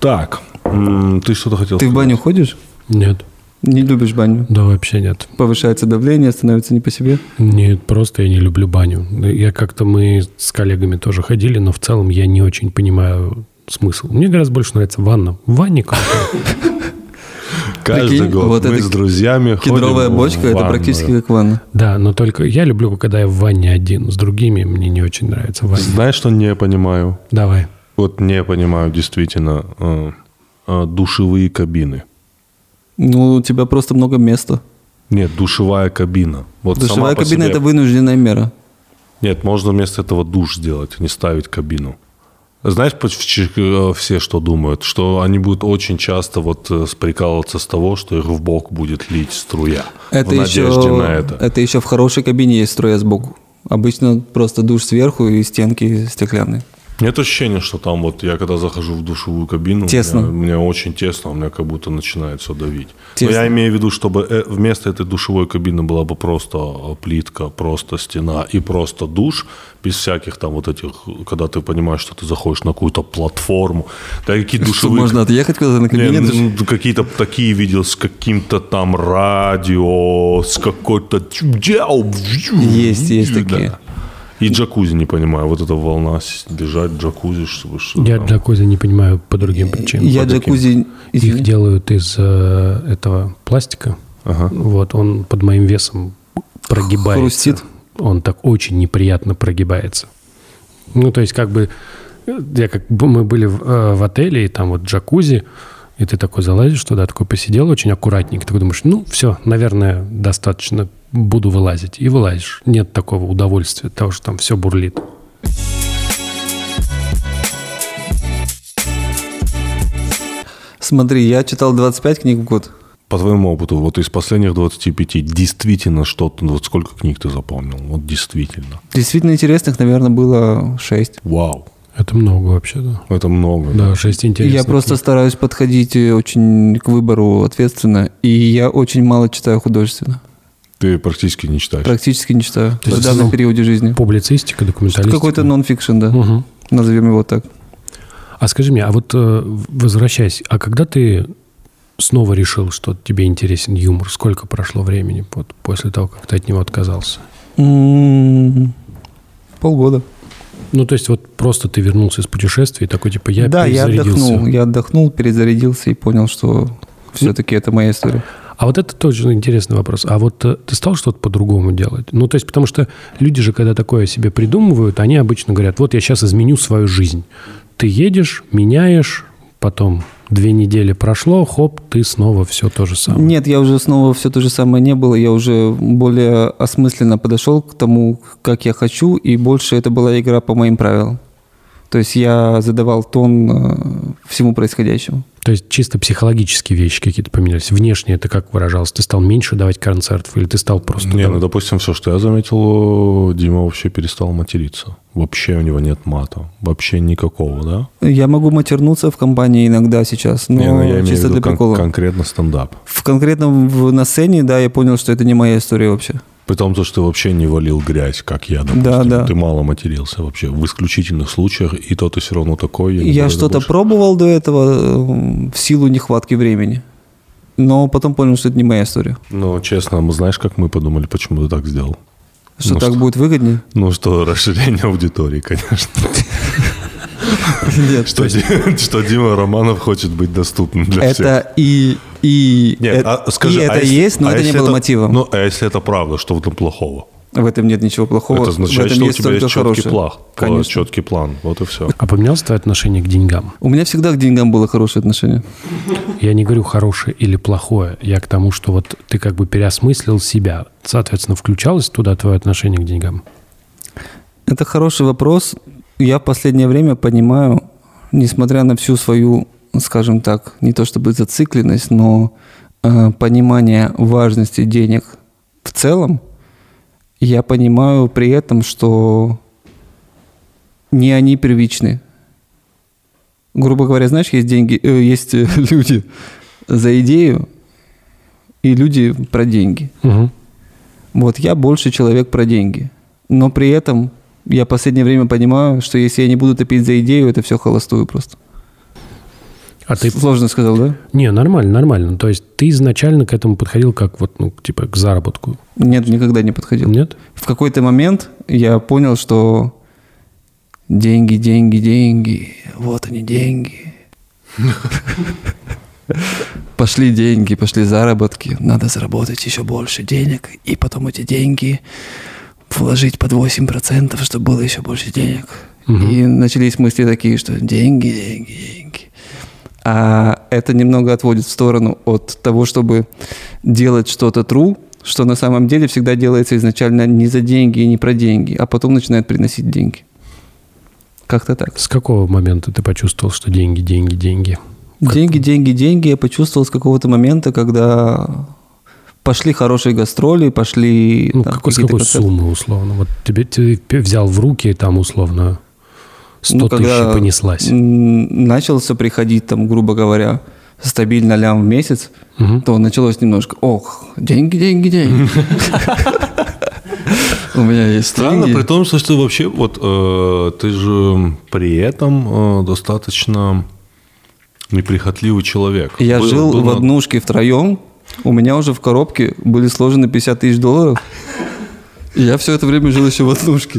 Speaker 1: Так, м, ты что-то хотел
Speaker 2: Ты в баню ходишь?
Speaker 3: Нет.
Speaker 2: Не любишь баню.
Speaker 3: Да, вообще нет.
Speaker 2: Повышается давление, становится не по себе.
Speaker 3: Нет, просто я не люблю баню. Я как-то мы с коллегами тоже ходили, но в целом я не очень понимаю смысл. Мне гораздо больше нравится ванна. В ванне как-то.
Speaker 1: сказать? Каждый
Speaker 2: Прикинь,
Speaker 1: год
Speaker 2: вот
Speaker 1: мы
Speaker 2: это
Speaker 1: с друзьями ходим
Speaker 2: Кедровая
Speaker 1: в
Speaker 2: бочка – это
Speaker 1: ванную.
Speaker 2: практически как ванна.
Speaker 3: Да, но только я люблю, когда я в ванне один. С другими мне не очень нравится ванна.
Speaker 1: Знаешь, что не понимаю?
Speaker 3: Давай.
Speaker 1: Вот не понимаю действительно э, э, душевые кабины.
Speaker 2: Ну, у тебя просто много места.
Speaker 1: Нет, душевая кабина. Вот сама
Speaker 2: Душевая
Speaker 1: по
Speaker 2: кабина –
Speaker 1: себе-
Speaker 2: это вынужденная мера.
Speaker 1: Нет, можно вместо этого душ сделать, а не ставить кабину. Знаешь, поч- в Чех- э, все что думают? Что они будут очень часто вот э, с- прикалываться с того, что их в бок будет лить струя.
Speaker 2: Это
Speaker 1: в
Speaker 2: еще,
Speaker 1: надежде на это.
Speaker 2: еще в хорошей кабине есть струя сбоку. Обычно просто душ сверху и стенки стеклянные.
Speaker 1: Нет ощущения, что там вот я когда захожу в душевую кабину,
Speaker 2: Тесно.
Speaker 1: Мне, мне очень тесно, у меня как будто начинает все давить. Но
Speaker 2: Тесно.
Speaker 1: я имею в виду, чтобы э, вместо этой душевой кабины была бы просто э, плитка, просто стена и просто душ, без всяких там вот этих, когда ты понимаешь, что ты заходишь на какую-то платформу, да какие
Speaker 2: Что,
Speaker 1: душевые...
Speaker 2: можно отъехать куда-то на
Speaker 1: Не,
Speaker 2: кабине?
Speaker 1: ну,
Speaker 2: даже?
Speaker 1: ну, какие-то такие видел с каким-то там радио, с какой-то...
Speaker 2: Есть, есть
Speaker 1: Да.
Speaker 2: такие.
Speaker 1: И джакузи, не понимаю, вот эта волна, с- лежать в джакузи, чтобы что
Speaker 3: Я
Speaker 1: там.
Speaker 3: джакузи не понимаю по другим причинам.
Speaker 2: Я
Speaker 3: По таким.
Speaker 2: джакузи...
Speaker 3: Их
Speaker 2: извини.
Speaker 3: делают из э, этого пластика.
Speaker 1: Ага.
Speaker 3: Вот он под моим весом прогибается.
Speaker 2: Хрустит?
Speaker 3: Он так очень неприятно прогибается. Ну, то есть, как бы, э, я как бы- мы были в, э, в отеле, и там вот джакузи, и ты такой залазишь туда, такой посидел очень аккуратненько, такой думаешь, ну, все, наверное, достаточно, буду вылазить. И вылазишь. Нет такого удовольствия, от того, что там все бурлит.
Speaker 2: Смотри, я читал 25 книг в год.
Speaker 1: По твоему опыту, вот из последних 25 действительно что-то, вот сколько книг ты запомнил? Вот действительно.
Speaker 2: Действительно интересных, наверное, было 6.
Speaker 1: Вау.
Speaker 3: Это много вообще, да.
Speaker 1: Это много.
Speaker 3: Да, шесть интересных.
Speaker 2: я просто стараюсь подходить э, очень к выбору ответственно, и я очень мало читаю художественно.
Speaker 1: Ты практически не читаешь.
Speaker 2: Практически не читаю в
Speaker 3: есть в
Speaker 1: ну,
Speaker 2: данном
Speaker 3: основном
Speaker 2: периоде жизни.
Speaker 3: Публицистика, документалистика.
Speaker 2: Какой-то ну, нон-фикшн, да.
Speaker 3: Мгм.
Speaker 2: Назовем его так.
Speaker 3: А скажи мне, а вот э, возвращаясь, а когда ты снова решил, что тебе интересен юмор, сколько прошло времени вот, после того, как ты от него отказался?
Speaker 2: М, М-м-м, Полгода.
Speaker 3: Ну, то есть вот просто ты вернулся из путешествия и такой, типа, я
Speaker 2: да, я
Speaker 3: перезарядился.
Speaker 2: отдохнул. Я отдохнул, перезарядился и понял, что все-таки это моя история.
Speaker 3: А вот это тоже интересный вопрос. А вот э, ты стал что-то по-другому делать? Ну, то есть, потому что люди же, когда такое себе придумывают, они обычно говорят, вот я сейчас изменю свою жизнь. Ты едешь, меняешь, потом две недели прошло, хоп, ты снова все то же
Speaker 1: А.
Speaker 3: самое.
Speaker 2: Нет, я уже снова все то же самое не было. Я уже более осмысленно подошел к тому, как я хочу, и больше это была игра по моим правилам. То есть я задавал тон э, всему происходящему.
Speaker 3: То есть чисто психологические вещи какие-то поменялись. Внешне это как выражалось? Ты стал меньше давать концертов или ты стал просто...
Speaker 1: Не, ну,
Speaker 3: давать-
Speaker 1: допустим, все, что я заметил, э, Дима вообще перестал материться. Вообще у него нет мата. Вообще никакого, да?
Speaker 2: Я могу матернуться в компании иногда сейчас, но
Speaker 1: Не, ну, я имею
Speaker 2: чисто
Speaker 1: в виду
Speaker 2: для
Speaker 1: кон-
Speaker 2: прикола.
Speaker 1: конкретно стендап.
Speaker 2: В конкретном в, на сцене, да, я понял, что это не моя история вообще.
Speaker 1: При том, то, что ты вообще не валил грязь, как я, допустим.
Speaker 2: Да, да.
Speaker 1: Ты мало матерился вообще. В исключительных случаях. И то ты все равно такой. не
Speaker 2: Я
Speaker 1: говорю
Speaker 2: что-то
Speaker 1: больше.
Speaker 2: пробовал до этого э, в силу нехватки времени, но потом понял, что это не моя история,
Speaker 1: Ну, честно, мы- знаешь, как мы подумали, почему ты так сделал?
Speaker 2: что
Speaker 1: Ну,
Speaker 2: так
Speaker 1: что-
Speaker 2: будет выгоднее.
Speaker 1: Ну что, расширение аудитории, конечно.
Speaker 2: Нет.
Speaker 1: Что, Ди- что Дима Романов хочет быть доступным для всех.
Speaker 2: Это и... и
Speaker 1: Нет,
Speaker 2: э-
Speaker 1: а скажи,
Speaker 2: и
Speaker 1: а
Speaker 2: это
Speaker 1: если-
Speaker 2: есть, но
Speaker 1: а
Speaker 2: это не
Speaker 1: если
Speaker 2: было мотивом.
Speaker 1: Ну, а если это правда, что в этом плохого?
Speaker 2: в этом нет ничего плохого.
Speaker 1: это
Speaker 2: в
Speaker 1: означает,
Speaker 2: этом
Speaker 1: что у
Speaker 2: есть
Speaker 1: тебя
Speaker 2: только
Speaker 1: есть четкий
Speaker 2: хорошее.
Speaker 1: план.
Speaker 2: Конечно.
Speaker 1: Четкий план. Вот и все.
Speaker 3: А поменялось твое отношение к деньгам?
Speaker 2: У меня всегда к деньгам было хорошее отношение.
Speaker 3: Я не говорю хорошее или плохое. Я к тому, что вот ты как бы переосмыслил себя. Соответственно, включалось туда твое отношение к деньгам?
Speaker 2: Это хороший вопрос.
Speaker 5: я в последнее время понимаю, несмотря на всю свою, скажем так, не то чтобы зацикленность, но э, понимание важности денег в целом, я понимаю при этом, что не они первичны. Грубо говоря, знаешь, есть деньги, э, есть э, люди за идею и люди про деньги.
Speaker 3: Мгм.
Speaker 5: Вот я больше человек про деньги. Но при этом я в последнее время понимаю, что если я не буду топить за идею, это все холостую просто.
Speaker 3: А ты...
Speaker 5: Сложно сказал, да?
Speaker 3: Не, нормально, нормально. То есть ты изначально к этому подходил как вот, ну, типа, к заработку.
Speaker 5: Нет, никогда не подходил.
Speaker 3: Нет?
Speaker 5: В какой-то момент я понял, что деньги, деньги, деньги, вот они деньги. Пошли деньги, пошли заработки. Надо заработать еще больше денег, и потом эти деньги вложить под 8%, чтобы было еще больше денег. И начались мысли такие, что деньги, деньги, деньги. А это немного отводит в сторону от того, чтобы делать что-то true, что на самом деле всегда делается изначально не за деньги и не про деньги, а потом начинает приносить деньги. Как-то так.
Speaker 3: С какого момента ты почувствовал, что деньги, деньги, деньги?
Speaker 5: Деньги, деньги, деньги я почувствовал с какого-то момента, когда пошли хорошие гастроли, пошли...
Speaker 3: Ну,
Speaker 5: там,
Speaker 3: какой, с
Speaker 5: какие-то
Speaker 3: какой
Speaker 5: концерты.
Speaker 3: суммы, условно? Вот тебе, ты п- взял в руки, там, условно, 100
Speaker 5: Ну,
Speaker 3: тысяч
Speaker 5: когда,
Speaker 3: и понеслась.
Speaker 5: м, Начался приходить, там, грубо говоря, стабильно лям в месяц,
Speaker 3: Мгм.
Speaker 5: то началось немножко, ох, деньги, деньги, деньги. У меня есть
Speaker 1: Странно,
Speaker 5: деньги.
Speaker 1: при том, что ты вообще, вот э, ты же при этом э, достаточно неприхотливый человек.
Speaker 5: Я
Speaker 1: Был-
Speaker 5: жил
Speaker 1: был
Speaker 5: в
Speaker 1: на-
Speaker 5: однушке втроем, у меня уже в коробке были сложены 50 тысяч долларов. И я все это время жил еще в однушке.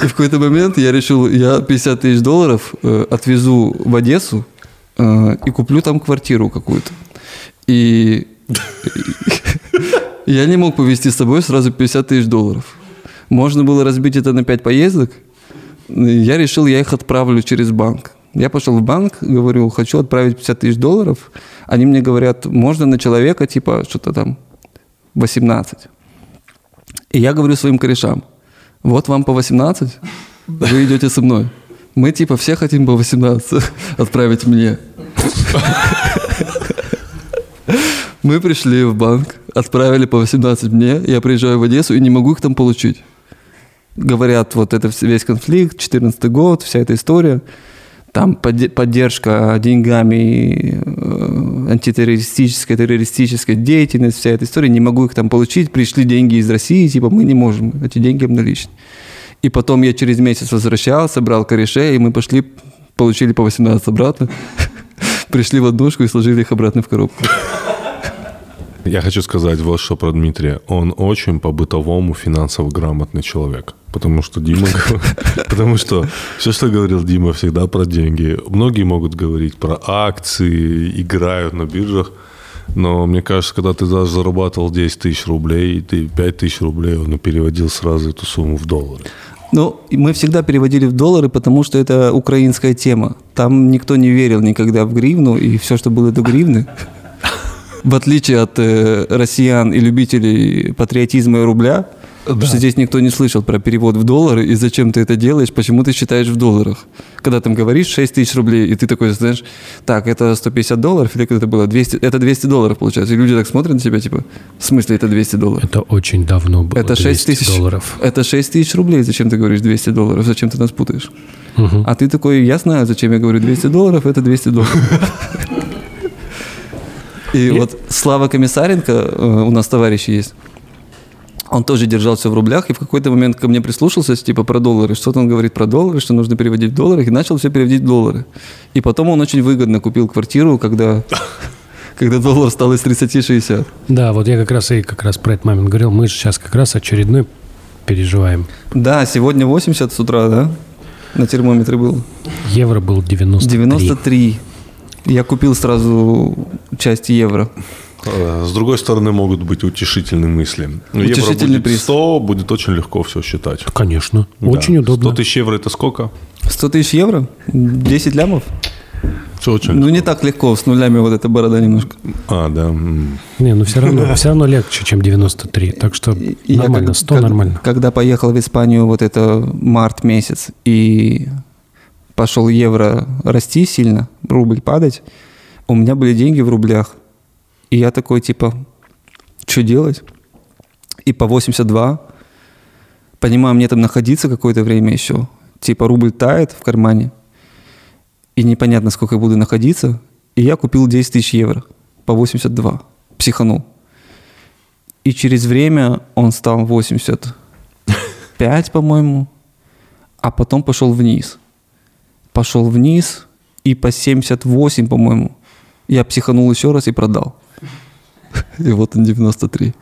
Speaker 5: И в какой-то момент я решил, я 50 тысяч долларов э, отвезу в Одессу э, и куплю там квартиру какую-то. И я не мог повезти с собой сразу 50 тысяч долларов. Можно было разбить это на 5 поездок. Я решил, я их отправлю через банк. Я пошел в банк, говорю, хочу отправить 50 тысяч долларов. Они мне говорят, можно на человека, типа, что-то там, 18. И я говорю своим корешам, вот вам по 18, вы идете со мной. Мы, типа, все хотим по 18 отправить мне. Мы пришли в банк, отправили по 18 мне, я приезжаю в Одессу и не могу их там получить. Говорят, вот это вс- весь конфликт, 14 год, вся эта история. Там поде- поддержка деньгами э, антитеррористическая, террористическая деятельность, вся эта история. Не могу их там получить. Пришли деньги из России, типа мы не можем. Эти деньги обналичить. И потом я через месяц возвращался, брал корешей, и мы пошли, получили по 18 обратно. Пришли в однушку и сложили их обратно в коробку.
Speaker 1: Я хочу сказать вот что про Дмитрия. Он очень по-бытовому финансово грамотный человек. Потому что Дима... говор- Потому что все, что говорил Дима, всегда про деньги. Многие могут говорить про акции, играют на биржах. Но мне кажется, когда ты даже зарабатывал 10 тысяч рублей, ты 5 тысяч рублей, он переводил сразу эту сумму в доллары.
Speaker 5: Ну, и мы всегда переводили в доллары, потому что это украинская тема. Там никто не верил никогда в гривну, и все, что было до гривны, в отличие от э, россиян и любителей патриотизма и рубля, потому что здесь никто не слышал про перевод в доллары, и зачем ты это делаешь, почему ты считаешь в долларах. Когда там говоришь 6 тысяч рублей, и ты такой, знаешь, так, это 150 долларов, или как это было, 200, это 200 долларов получается. И люди так смотрят на тебя, типа, в смысле это 200 долларов?
Speaker 3: Это очень давно было.
Speaker 5: Это
Speaker 3: 200
Speaker 5: 6 тысяч
Speaker 3: долларов.
Speaker 5: Это 6 тысяч рублей. Зачем ты говоришь 200 долларов? Зачем ты нас путаешь? А ты такой, я знаю, зачем я говорю 200 долларов, это 200 долларов. И вот Слава Комиссаренко, э, у нас товарищ есть, он тоже держался в рублях, и в какой-то момент ко мне прислушался, типа, про доллары. Что-то он говорит про доллары, что нужно переводить в доллары, и начал все переводить в доллары. И потом он очень выгодно купил квартиру, когда, когда доллар стал из 30-60.
Speaker 3: Да, вот я как раз и как раз про этот момент говорил. Мы же сейчас как раз очередной переживаем.
Speaker 5: Да, сегодня 80 с утра, да? На термометре было.
Speaker 3: Евро был 93.
Speaker 5: 93. Я купил сразу часть евро.
Speaker 1: Э, С другой стороны, могут быть утешительные мысли. Ну,
Speaker 5: Утешительный
Speaker 1: евро будет
Speaker 5: приз.
Speaker 1: 100, будет очень легко все считать.
Speaker 3: Конечно.
Speaker 1: Да.
Speaker 3: Очень
Speaker 1: 100
Speaker 3: удобно.
Speaker 1: тысяч евро – это сколько?
Speaker 5: 100 тысяч евро? 10 лямов?
Speaker 1: Все очень
Speaker 2: Ну, не так легко, с нулями вот эта борода немножко.
Speaker 1: А, да. м.
Speaker 3: Не, ну все равно, все равно легче, чем 93. Так что
Speaker 2: И- и я
Speaker 3: нормально,
Speaker 2: как-
Speaker 3: 100
Speaker 2: как-
Speaker 3: нормально.
Speaker 2: Когда поехал в Испанию, вот это март месяц, и пошел евро расти сильно, рубль падать, у меня были деньги в рублях. И я такой, типа, что делать? И по 82, понимаю, мне там находиться какое-то время еще, типа рубль тает в кармане, и непонятно, сколько я буду находиться, и я купил 10 тысяч евро по 82, психанул. И через время он стал 85, по-моему, а потом пошел вниз. Пошел вниз, и по 78, по-моему, я психанул еще раз и продал. И вот он 93.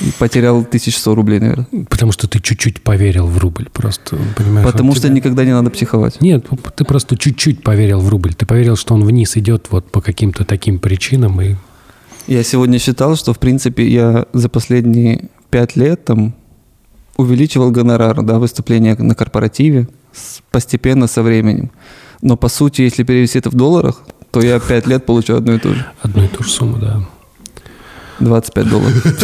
Speaker 2: И потерял 1100 рублей, наверное.
Speaker 3: Потому что ты чуть-чуть поверил в рубль просто, понимаешь? вот
Speaker 2: Потому
Speaker 3: тебе-
Speaker 2: что никогда не надо психовать.
Speaker 3: Нет, п- ты просто чуть-чуть поверил в рубль. Ты поверил, что он вниз идет вот по каким-то таким причинам. И...
Speaker 2: Я сегодня считал, что, в принципе, я за последние пять лет там увеличивал гонорар, да, выступления на корпоративе с- постепенно со временем. Но, по сути, если перевести это в долларах, то я пять лет получаю одно и то же.
Speaker 3: Одну и ту же сумму, да.
Speaker 2: 25 долларов.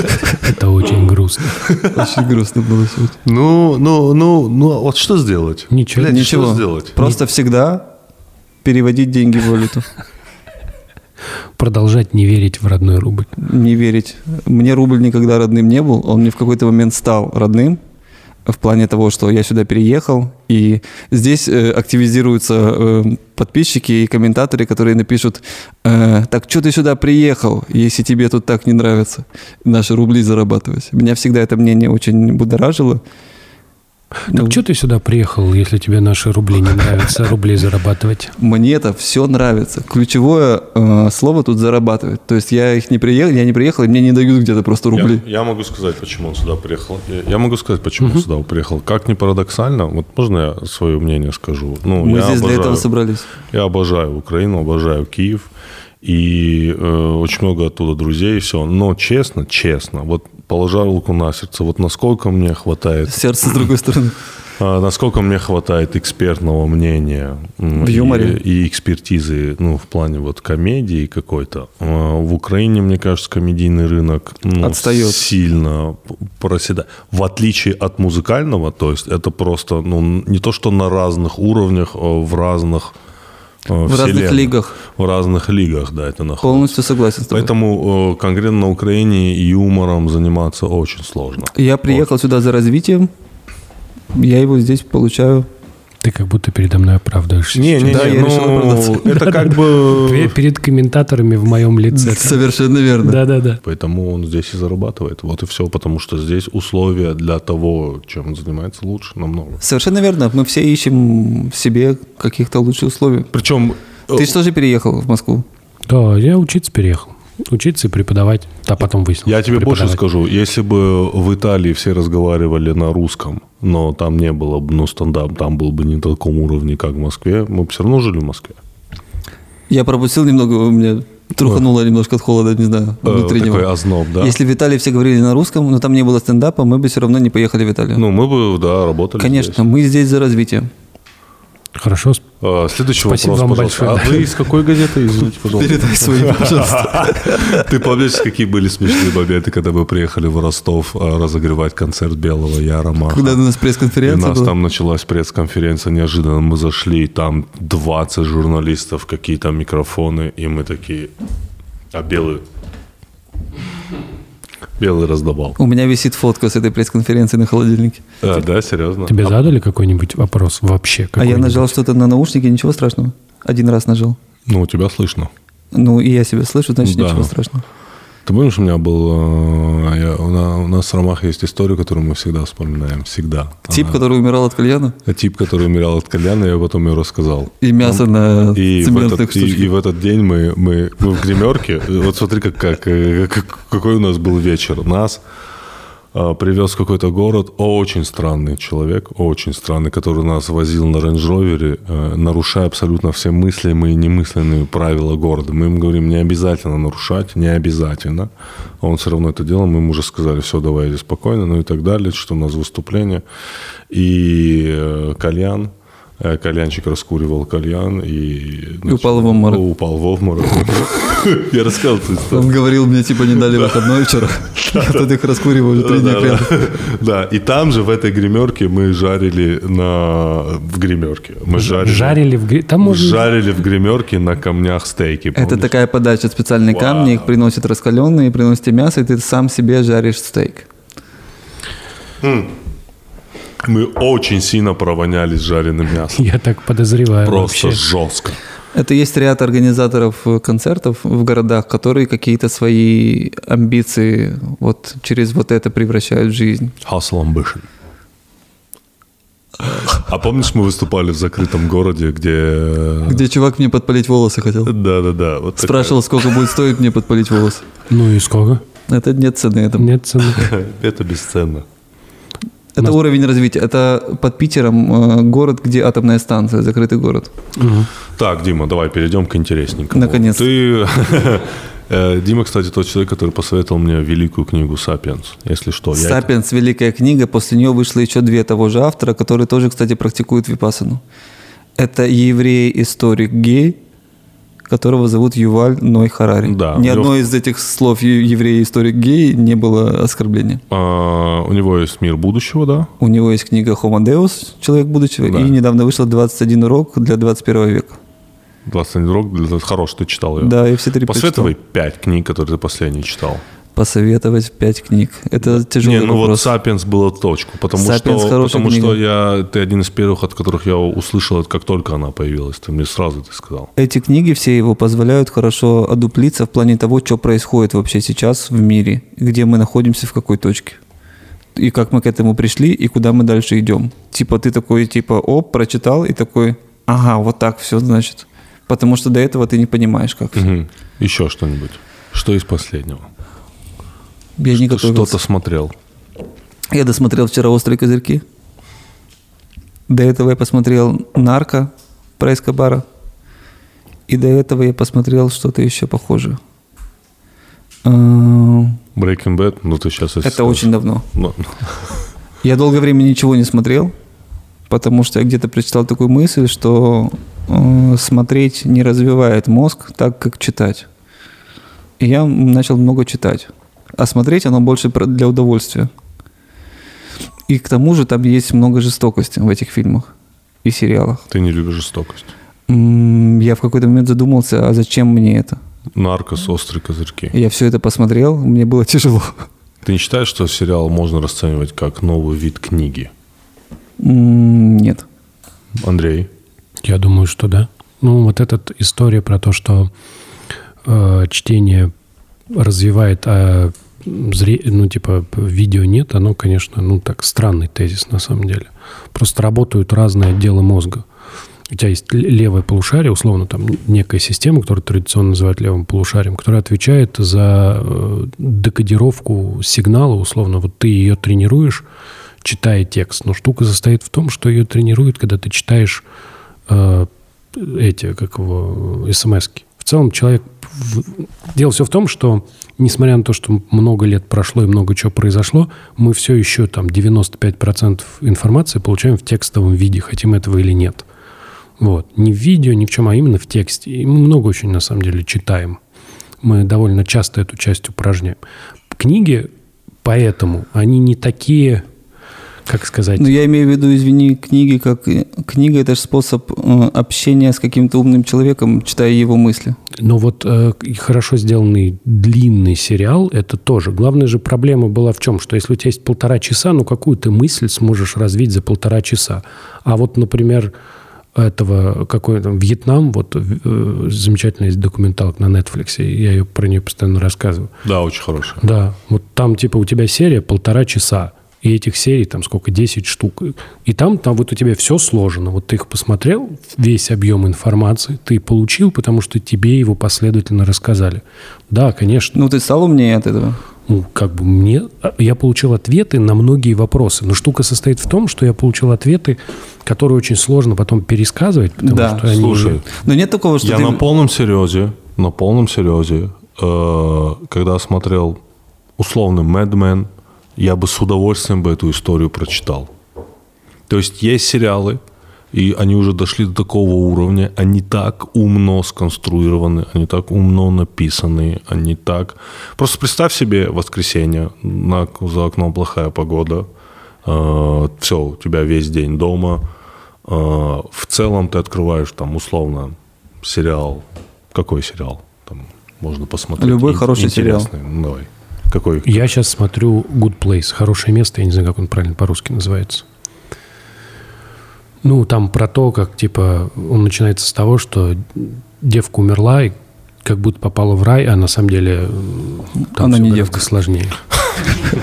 Speaker 3: Это очень грустно.
Speaker 2: Очень грустно было сегодня.
Speaker 1: Ну, ну, ну, ну, а вот что сделать?
Speaker 3: Ничего.
Speaker 1: Блядь,
Speaker 2: Ничего.
Speaker 1: что сделать?
Speaker 2: Просто всегда переводить деньги в валюту.
Speaker 3: Продолжать не верить в родной рубль.
Speaker 2: Не верить. Мне рубль никогда родным не был. Он мне в какой-то момент стал родным. В плане того, что я сюда переехал. И здесь э, активизируются э, подписчики и комментаторы, которые напишут, э, так что ты сюда приехал, если тебе тут так не нравится наши рубли зарабатывать. Меня всегда это мнение очень будоражило.
Speaker 3: Так
Speaker 2: Ну,
Speaker 3: что ты сюда приехал, если тебе наши рубли не нравятся, рублей зарабатывать?
Speaker 2: Мне это все нравится. Ключевое э, слово тут зарабатывать. То есть я их не приехал, я не приехал, и мне не дают где-то просто
Speaker 1: Я,
Speaker 2: рубли.
Speaker 1: я могу сказать, почему он сюда приехал. Я, я могу сказать, почему он сюда приехал. Как ни парадоксально, вот можно я свое мнение скажу? Ну,
Speaker 2: Мы
Speaker 1: я
Speaker 2: здесь для
Speaker 1: обожаю-
Speaker 2: этого собрались.
Speaker 1: Я обожаю Украину, обожаю Киев. И э, очень много оттуда друзей и все. Но честно, честно, вот положа руку на сердце, вот насколько мне хватает
Speaker 2: Сердце с другой стороны.
Speaker 1: А Насколько мне хватает экспертного мнения м,
Speaker 2: В юморе.
Speaker 1: и, и экспертизы, ну, в плане вот комедии какой-то. А, В Украине, мне кажется, комедийный рынок ну,
Speaker 2: Отстаёт.
Speaker 1: сильно п- проседает. В отличие от музыкального, то есть это просто, ну, не то, что на разных уровнях, а в разных э,
Speaker 2: В разных
Speaker 1: вселенных.
Speaker 2: лигах.
Speaker 1: В разных лигах, да, это находится.
Speaker 2: Полностью согласен с тобой.
Speaker 1: Поэтому э, конкретно на Украине юмором заниматься очень сложно.
Speaker 2: Я приехал сюда за развитием. Я его здесь получаю.
Speaker 3: Ты как будто передо мной оправдываешься.
Speaker 1: Не, не,
Speaker 2: Да,
Speaker 1: не,
Speaker 2: я решил оправдаться.
Speaker 1: ну, это как
Speaker 3: Пе-
Speaker 1: бы...
Speaker 3: Перед комментаторами в моем лице.
Speaker 2: Совершенно верно.
Speaker 3: Да-да-да.
Speaker 1: Поэтому он здесь и зарабатывает. Вот и все, потому что здесь условия для того, чем он занимается, лучше намного.
Speaker 2: Совершенно верно. Мы все ищем в себе каких-то лучших условий.
Speaker 1: Причем...
Speaker 2: Ты что же переехал в Москву?
Speaker 3: Да, я учиться переехал. Учиться и преподавать. Да, потом выяснилось.
Speaker 1: Я
Speaker 3: что
Speaker 1: тебе больше
Speaker 3: преподавать.
Speaker 1: скажу, если бы в Италии все разговаривали на русском, но там не было бы, ну, стендап, там был бы не на таком уровне, как в Москве, мы бы все равно жили в Москве.
Speaker 2: Я пропустил немного, у меня трухануло немножко от холода, не знаю,
Speaker 1: Э,
Speaker 2: внутреннего.
Speaker 1: Такой озноб, да.
Speaker 2: Если в Италии все говорили на русском, но там не было стендапа, мы бы все равно не поехали в Италию.
Speaker 1: Ну, мы бы, да, работали
Speaker 2: Конечно,
Speaker 1: здесь.
Speaker 2: мы здесь за развитие.
Speaker 3: Хорошо. с-
Speaker 1: Э, Следующий
Speaker 3: Спасибо
Speaker 1: вопрос,
Speaker 3: вам
Speaker 1: пожалуйста.
Speaker 3: большое.
Speaker 1: А вы из какой газеты? Извините, пожалуйста.
Speaker 2: свои, пожалуйста.
Speaker 1: Ты помнишь, какие были смешные моменты, когда мы приехали в Ростов а, разогревать концерт Белого Яра Маха?
Speaker 2: Когда у нас
Speaker 1: И у
Speaker 2: пресс-конференция
Speaker 1: нас
Speaker 2: была.
Speaker 1: там началась пресс-конференция неожиданно. Мы зашли, и там 20 журналистов, какие-то микрофоны, и мы такие... А белый... Белый раздавал.
Speaker 2: У меня висит фотка с этой пресс-конференции на холодильнике.
Speaker 1: А, да, серьезно?
Speaker 3: Ну, Тебе задали какой-нибудь вопрос вообще?
Speaker 2: А я
Speaker 3: какой-нибудь?
Speaker 2: нажал что-то на наушники, ничего страшного. Один раз нажал.
Speaker 1: Ну, у тебя слышно.
Speaker 2: Ну, и я себя слышу, значит,
Speaker 1: Да.
Speaker 2: ничего страшного.
Speaker 1: Ты помнишь, у меня был... э, я- у, на- у нас с Ромах есть история, которую мы всегда вспоминаем. Всегда.
Speaker 2: Тип,
Speaker 1: Она-
Speaker 2: который умирал от кальяна,
Speaker 1: Тип, который умирал от кальяна, я потом ее рассказал.
Speaker 2: и мясо на
Speaker 1: Ну, И в,
Speaker 2: цементных
Speaker 1: этот, и, и
Speaker 2: штучках.
Speaker 1: в этот день мы, мы, мы в гримерке. Вот смотри, как, как, э, как- какой у нас был вечер. Нас э, привез в какой-то город очень странный человек, очень странный, который нас возил на рейндж-ровере, э, нарушая абсолютно все мыслимые и немысленные правила города. Мы им говорим, не обязательно нарушать, не обязательно. А он все равно это делал. Мы ему уже сказали, все, давай, иди спокойно, ну и так далее, что у нас выступление. И э, кальян э, кальянщик раскуривал кальян и...
Speaker 6: упал в обморок.
Speaker 1: Упал в обморок. Я рассказывал эту историю.
Speaker 2: Он говорил, мне типа не дали выходной вчера. Я тут их раскуриваю уже три дня
Speaker 1: Да,
Speaker 2: кряду.
Speaker 1: да. Да, и там же в этой гримерке мы жарили на... В гримерке. Мы жарили...
Speaker 3: Жарили в гри- Там можно...
Speaker 1: Жарили в гримерке на камнях стейки.
Speaker 2: А Это
Speaker 1: помнишь?
Speaker 2: такая подача, специальные камни, их приносят раскаленные, приносите мясо, и ты сам себе жаришь стейк.
Speaker 1: Мы очень сильно провоняли с жареным мясом.
Speaker 3: Я так подозреваю
Speaker 1: Просто
Speaker 3: вообще.
Speaker 1: жестко.
Speaker 2: Это есть ряд организаторов э, концертов в городах, которые какие-то свои амбиции вот через вот это превращают в жизнь.
Speaker 1: Hustle Ambition. А помнишь, мы выступали в закрытом городе, где... э,
Speaker 2: Где чувак мне подпалить волосы хотел.
Speaker 1: Да-да-да. вот такая-
Speaker 2: Спрашивал, сколько будет стоить мне подпалить волосы.
Speaker 3: Ну и сколько?
Speaker 2: Это нет цены, это,
Speaker 3: Нет цены.
Speaker 1: Это бесценно.
Speaker 2: это уровень развития. Это под Питером э, город, где атомная станция, закрытый город.
Speaker 1: Так, Дима, давай перейдем к интересненькому.
Speaker 2: Наконец.
Speaker 1: Ты... Э, Дима, кстати, тот человек, который посоветовал мне великую книгу «Сапиенс», если что. я-
Speaker 2: «Сапиенс» – великая книга, после нее вышло еще две того же автора, которые тоже, кстати, практикуют випасану. Это еврей-историк-гей, которого зовут Юваль Ной Харари.
Speaker 1: Да,
Speaker 2: Ни
Speaker 1: у него-
Speaker 2: одно из этих слов «ю- «еврей-историк-гей» не было оскорбления.
Speaker 1: А, У него есть «Мир будущего», да?
Speaker 2: У него есть книга «Homo Deus», «Человек будущего»,
Speaker 1: Да.
Speaker 2: и недавно вышла «21 урок для 21 века».
Speaker 1: 21 рок, хорош, ты читал ее.
Speaker 2: Да, и все три
Speaker 1: Посоветуй пять книг, которые ты последний читал.
Speaker 2: прочитал. Посоветовать пять книг. Это
Speaker 1: Не,
Speaker 2: тяжелый
Speaker 1: ну вот
Speaker 2: вопрос.
Speaker 1: «Сапиенс» было точку, потому
Speaker 2: «Сапиенс»
Speaker 1: что,
Speaker 2: хорошая
Speaker 1: потому
Speaker 2: книга.
Speaker 1: что я, ты один из первых, от которых я услышал, это как только она появилась, ты мне сразу это сказал.
Speaker 2: Эти книги все его позволяют хорошо одуплиться в плане того, что происходит вообще сейчас в мире, где мы находимся, в какой точке. И как мы к этому пришли, и куда мы дальше идем. Типа ты такой, типа, оп, прочитал, и такой, ага, вот так все, значит. Потому что до этого ты не понимаешь, как. всё.
Speaker 1: Мгм. Еще что-нибудь. Что из последнего?
Speaker 2: Я не готовился.
Speaker 1: Что-то смотрел.
Speaker 2: Я досмотрел вчера «Острые козырьки». До этого я посмотрел «Нарко» про Эскобара. И до этого я посмотрел что-то еще похожее. Эм,
Speaker 1: Breaking Bad, ну ты сейчас...
Speaker 2: Это очень давно.
Speaker 1: Ну,
Speaker 2: Я долгое время ничего не смотрел, потому что я где-то прочитал такую мысль, что э, смотреть не развивает мозг так, как читать. И я начал много читать. А смотреть оно больше про- для удовольствия. И к тому же там есть много жестокости в этих фильмах и сериалах.
Speaker 1: ты не любишь жестокость.
Speaker 2: М, Я в какой-то момент задумался, а зачем мне это?
Speaker 1: Наркос, острые козырьки.
Speaker 2: Я все это посмотрел, мне было тяжело.
Speaker 1: Ты не считаешь, что сериал можно расценивать как новый вид книги?
Speaker 2: М, М-м, Нет.
Speaker 1: Андрей?
Speaker 3: Я думаю, что да. Ну, вот эта история про то, что э, чтение развивает, а зре- ну, типа, видео нет, оно, конечно, ну, так, странный тезис на самом деле. Просто работают разные отделы мозга. У тебя есть л- левое полушарие, условно, там некая система, которую традиционно называют левым полушарием, которая отвечает за э, декодировку сигнала, условно, вот ты ее тренируешь, читая текст. Но штука состоит в том, что ее тренируют, когда ты читаешь э, эти, как его, смс В целом человек... в- Дело все в том, что, несмотря на то, что много лет прошло и много чего произошло, мы все еще там 95% информации получаем в текстовом виде, хотим этого или нет. Вот. Не в видео, ни в чем, а именно в тексте. И мы много очень, на самом деле, читаем. Мы довольно часто эту часть упражняем. Книги, поэтому, они не такие, как сказать...
Speaker 2: Ну, я имею в виду, извини, книги, как э, книга это же способ э, общения с каким-то умным человеком, читая его мысли.
Speaker 3: Но вот э, и хорошо сделанный длинный сериал – это тоже. Главная же проблема была в чем? Что если у тебя есть полтора часа, ну какую ты мысль сможешь развить за полтора часа? А вот, например, этого какой там Вьетнам, вот э, замечательная есть документалка на Netflix, я ее про нее постоянно рассказываю.
Speaker 1: Да, очень хорошая.
Speaker 3: Да, вот там типа у тебя серия полтора часа, и этих серий там сколько, 10 штук. И там, там вот у тебя все сложено. Вот ты их посмотрел, весь объем информации ты получил, потому что тебе его последовательно рассказали. Да, конечно.
Speaker 2: Ну, ты стал умнее от этого.
Speaker 3: Ну, как бы мне... а, Я получил ответы на многие вопросы. Но штука состоит в том, что я получил ответы, которые очень сложно потом пересказывать, потому
Speaker 2: Да.
Speaker 3: что они...
Speaker 1: Слушай,
Speaker 2: Но нет такого, что
Speaker 1: Я
Speaker 2: ты-
Speaker 1: на полном серьезе, на полном серьезе, э, когда смотрел условный Мэдмен, я бы с удовольствием бы эту историю прочитал. То есть есть сериалы, И они уже дошли до такого уровня, они так умно сконструированы, они так умно написаны, они так... Просто представь себе воскресенье, на, за окном плохая погода, э, все, у тебя весь день дома, э, в целом ты открываешь там условно сериал, какой сериал? Там можно посмотреть.
Speaker 2: Любой хороший
Speaker 1: интересный. Ну, Давай. Какой?
Speaker 3: Я сейчас смотрю Good Place, хорошее место, я не знаю, как он правильно по-русски называется. Ну, там про то, как, типа, он начинается с того, что девка умерла и как будто попала в рай, а на самом деле э, там
Speaker 2: Она
Speaker 3: всё
Speaker 2: не
Speaker 3: гораздо
Speaker 2: девка.
Speaker 3: сложнее.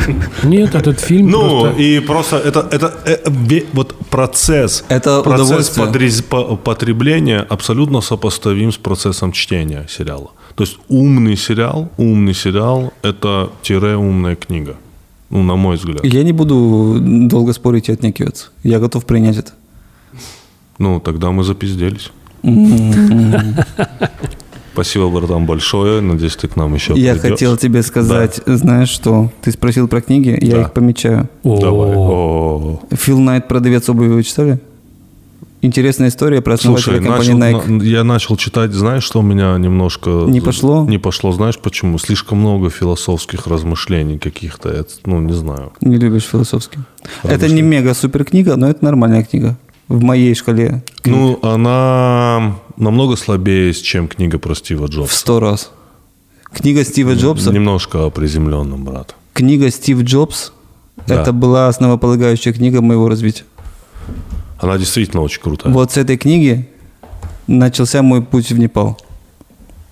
Speaker 3: Нет, этот фильм
Speaker 1: Ну,
Speaker 3: просто...
Speaker 1: и просто это, это, э, ве- вот процесс,
Speaker 2: Это
Speaker 1: процесс
Speaker 2: удовольствие.
Speaker 1: подриз- по- потребления абсолютно сопоставим с процессом чтения сериала. То есть умный сериал, умный сериал – это тире умная книга. Ну, на мой взгляд.
Speaker 2: Я не буду долго спорить и отнекиваться. Я готов принять это.
Speaker 1: Ну, тогда мы запизделись. Спасибо, братан, большое. Надеюсь, ты к нам еще
Speaker 2: Я
Speaker 1: придешь.
Speaker 2: хотел тебе сказать, знаешь что? Ты спросил про книги, я
Speaker 1: Да.
Speaker 2: их помечаю.
Speaker 1: Давай.
Speaker 3: О,
Speaker 1: О.
Speaker 2: Фил Найт, продавец обуви, вы читали? Интересная история про основателя
Speaker 1: Слушай,
Speaker 2: компании
Speaker 1: начал-
Speaker 2: Nike.
Speaker 1: на- я начал читать, знаешь, что у меня немножко...
Speaker 2: Не пошло?
Speaker 1: Не пошло, знаешь почему? Слишком много философских размышлений каких-то, это, ну, не знаю.
Speaker 2: Не любишь философски. Это не мега-супер книга, но это нормальная книга. В моей шкале
Speaker 1: Ну, она намного слабее, чем книга про Стива
Speaker 2: в
Speaker 1: Джобса.
Speaker 2: сто раз. Книга Стива Джобса.
Speaker 1: Немножко о приземленном, брат.
Speaker 2: Книга Стив Джобс.
Speaker 1: Да.
Speaker 2: Это была основополагающая книга моего развития.
Speaker 1: Она действительно очень крутая.
Speaker 2: Вот с этой книги начался мой путь в Непал.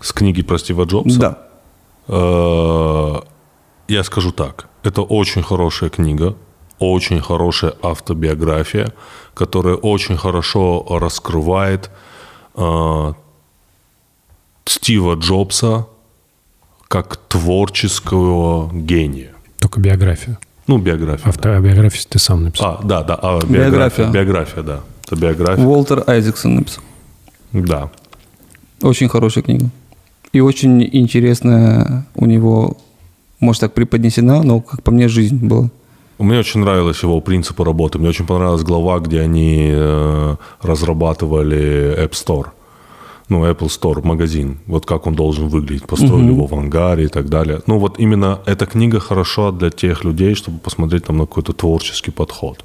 Speaker 1: С книги про Стива Джобса?
Speaker 2: Да.
Speaker 1: Э, Я скажу так. Это очень хорошая книга, очень хорошая автобиография, которая очень хорошо раскрывает э, Стива Джобса как творческого гения.
Speaker 3: только биографию.
Speaker 1: Ну, биография.
Speaker 3: Автобиографию ты сам написал.
Speaker 1: А, да, да. а,
Speaker 2: Биография.
Speaker 1: биография. Биография, да. Это биография.
Speaker 2: Уолтер Айзексон написал.
Speaker 1: Да.
Speaker 2: Очень хорошая книга. И очень интересная у него, может так преподнесена, но, как по мне, жизнь была.
Speaker 1: Мне очень нравилось его принципы работы. Мне очень понравилась глава, где они э, разрабатывали App Store. Ну, Apple Store, магазин. Вот как он должен выглядеть. Построили его в ангаре и так далее. Ну, вот именно эта книга хороша для тех людей, чтобы посмотреть там на какой-то творческий подход.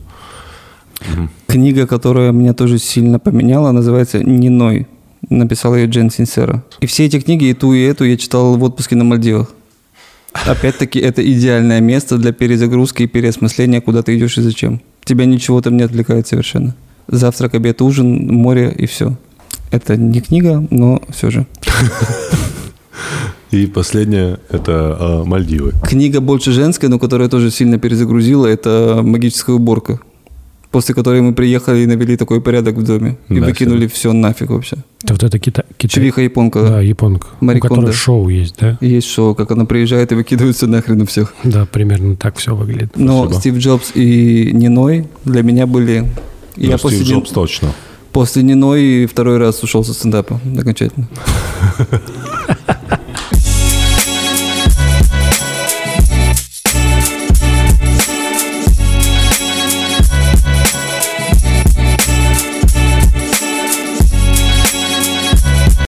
Speaker 2: Книга, которая меня тоже сильно поменяла, называется «Ниной». Написала ее Джен Синсера. И все эти книги, и ту, и эту я читал в отпуске на Мальдивах. Опять-таки, это идеальное место для перезагрузки и переосмысления, куда ты идешь и зачем. Тебя ничего там не отвлекает совершенно. Завтрак, обед, ужин, море и все. Это не книга, но все же.
Speaker 1: И последнее – это э, Мальдивы.
Speaker 2: Книга больше женская, но которая тоже сильно перезагрузила, это «Магическая уборка», после которой мы приехали и навели такой порядок в доме. И
Speaker 1: Нафиг.
Speaker 2: выкинули все нафиг вообще.
Speaker 1: А.
Speaker 3: Это вот это кита... кита-
Speaker 2: Чувиха-японка.
Speaker 3: Да, японка. У
Speaker 2: э, Мариконда.
Speaker 3: которой шоу есть, да?
Speaker 2: Есть шоу, как она приезжает и выкидывается нахрен у всех.
Speaker 3: Да, примерно так все выглядит.
Speaker 2: Но
Speaker 1: Спасибо.
Speaker 2: Стив Джобс и Ниной для меня были...
Speaker 1: Ну,
Speaker 2: Я
Speaker 1: Стив
Speaker 2: после, Нин-
Speaker 1: Джобс точно.
Speaker 2: после Ниной второй раз ушел со стендапа окончательно.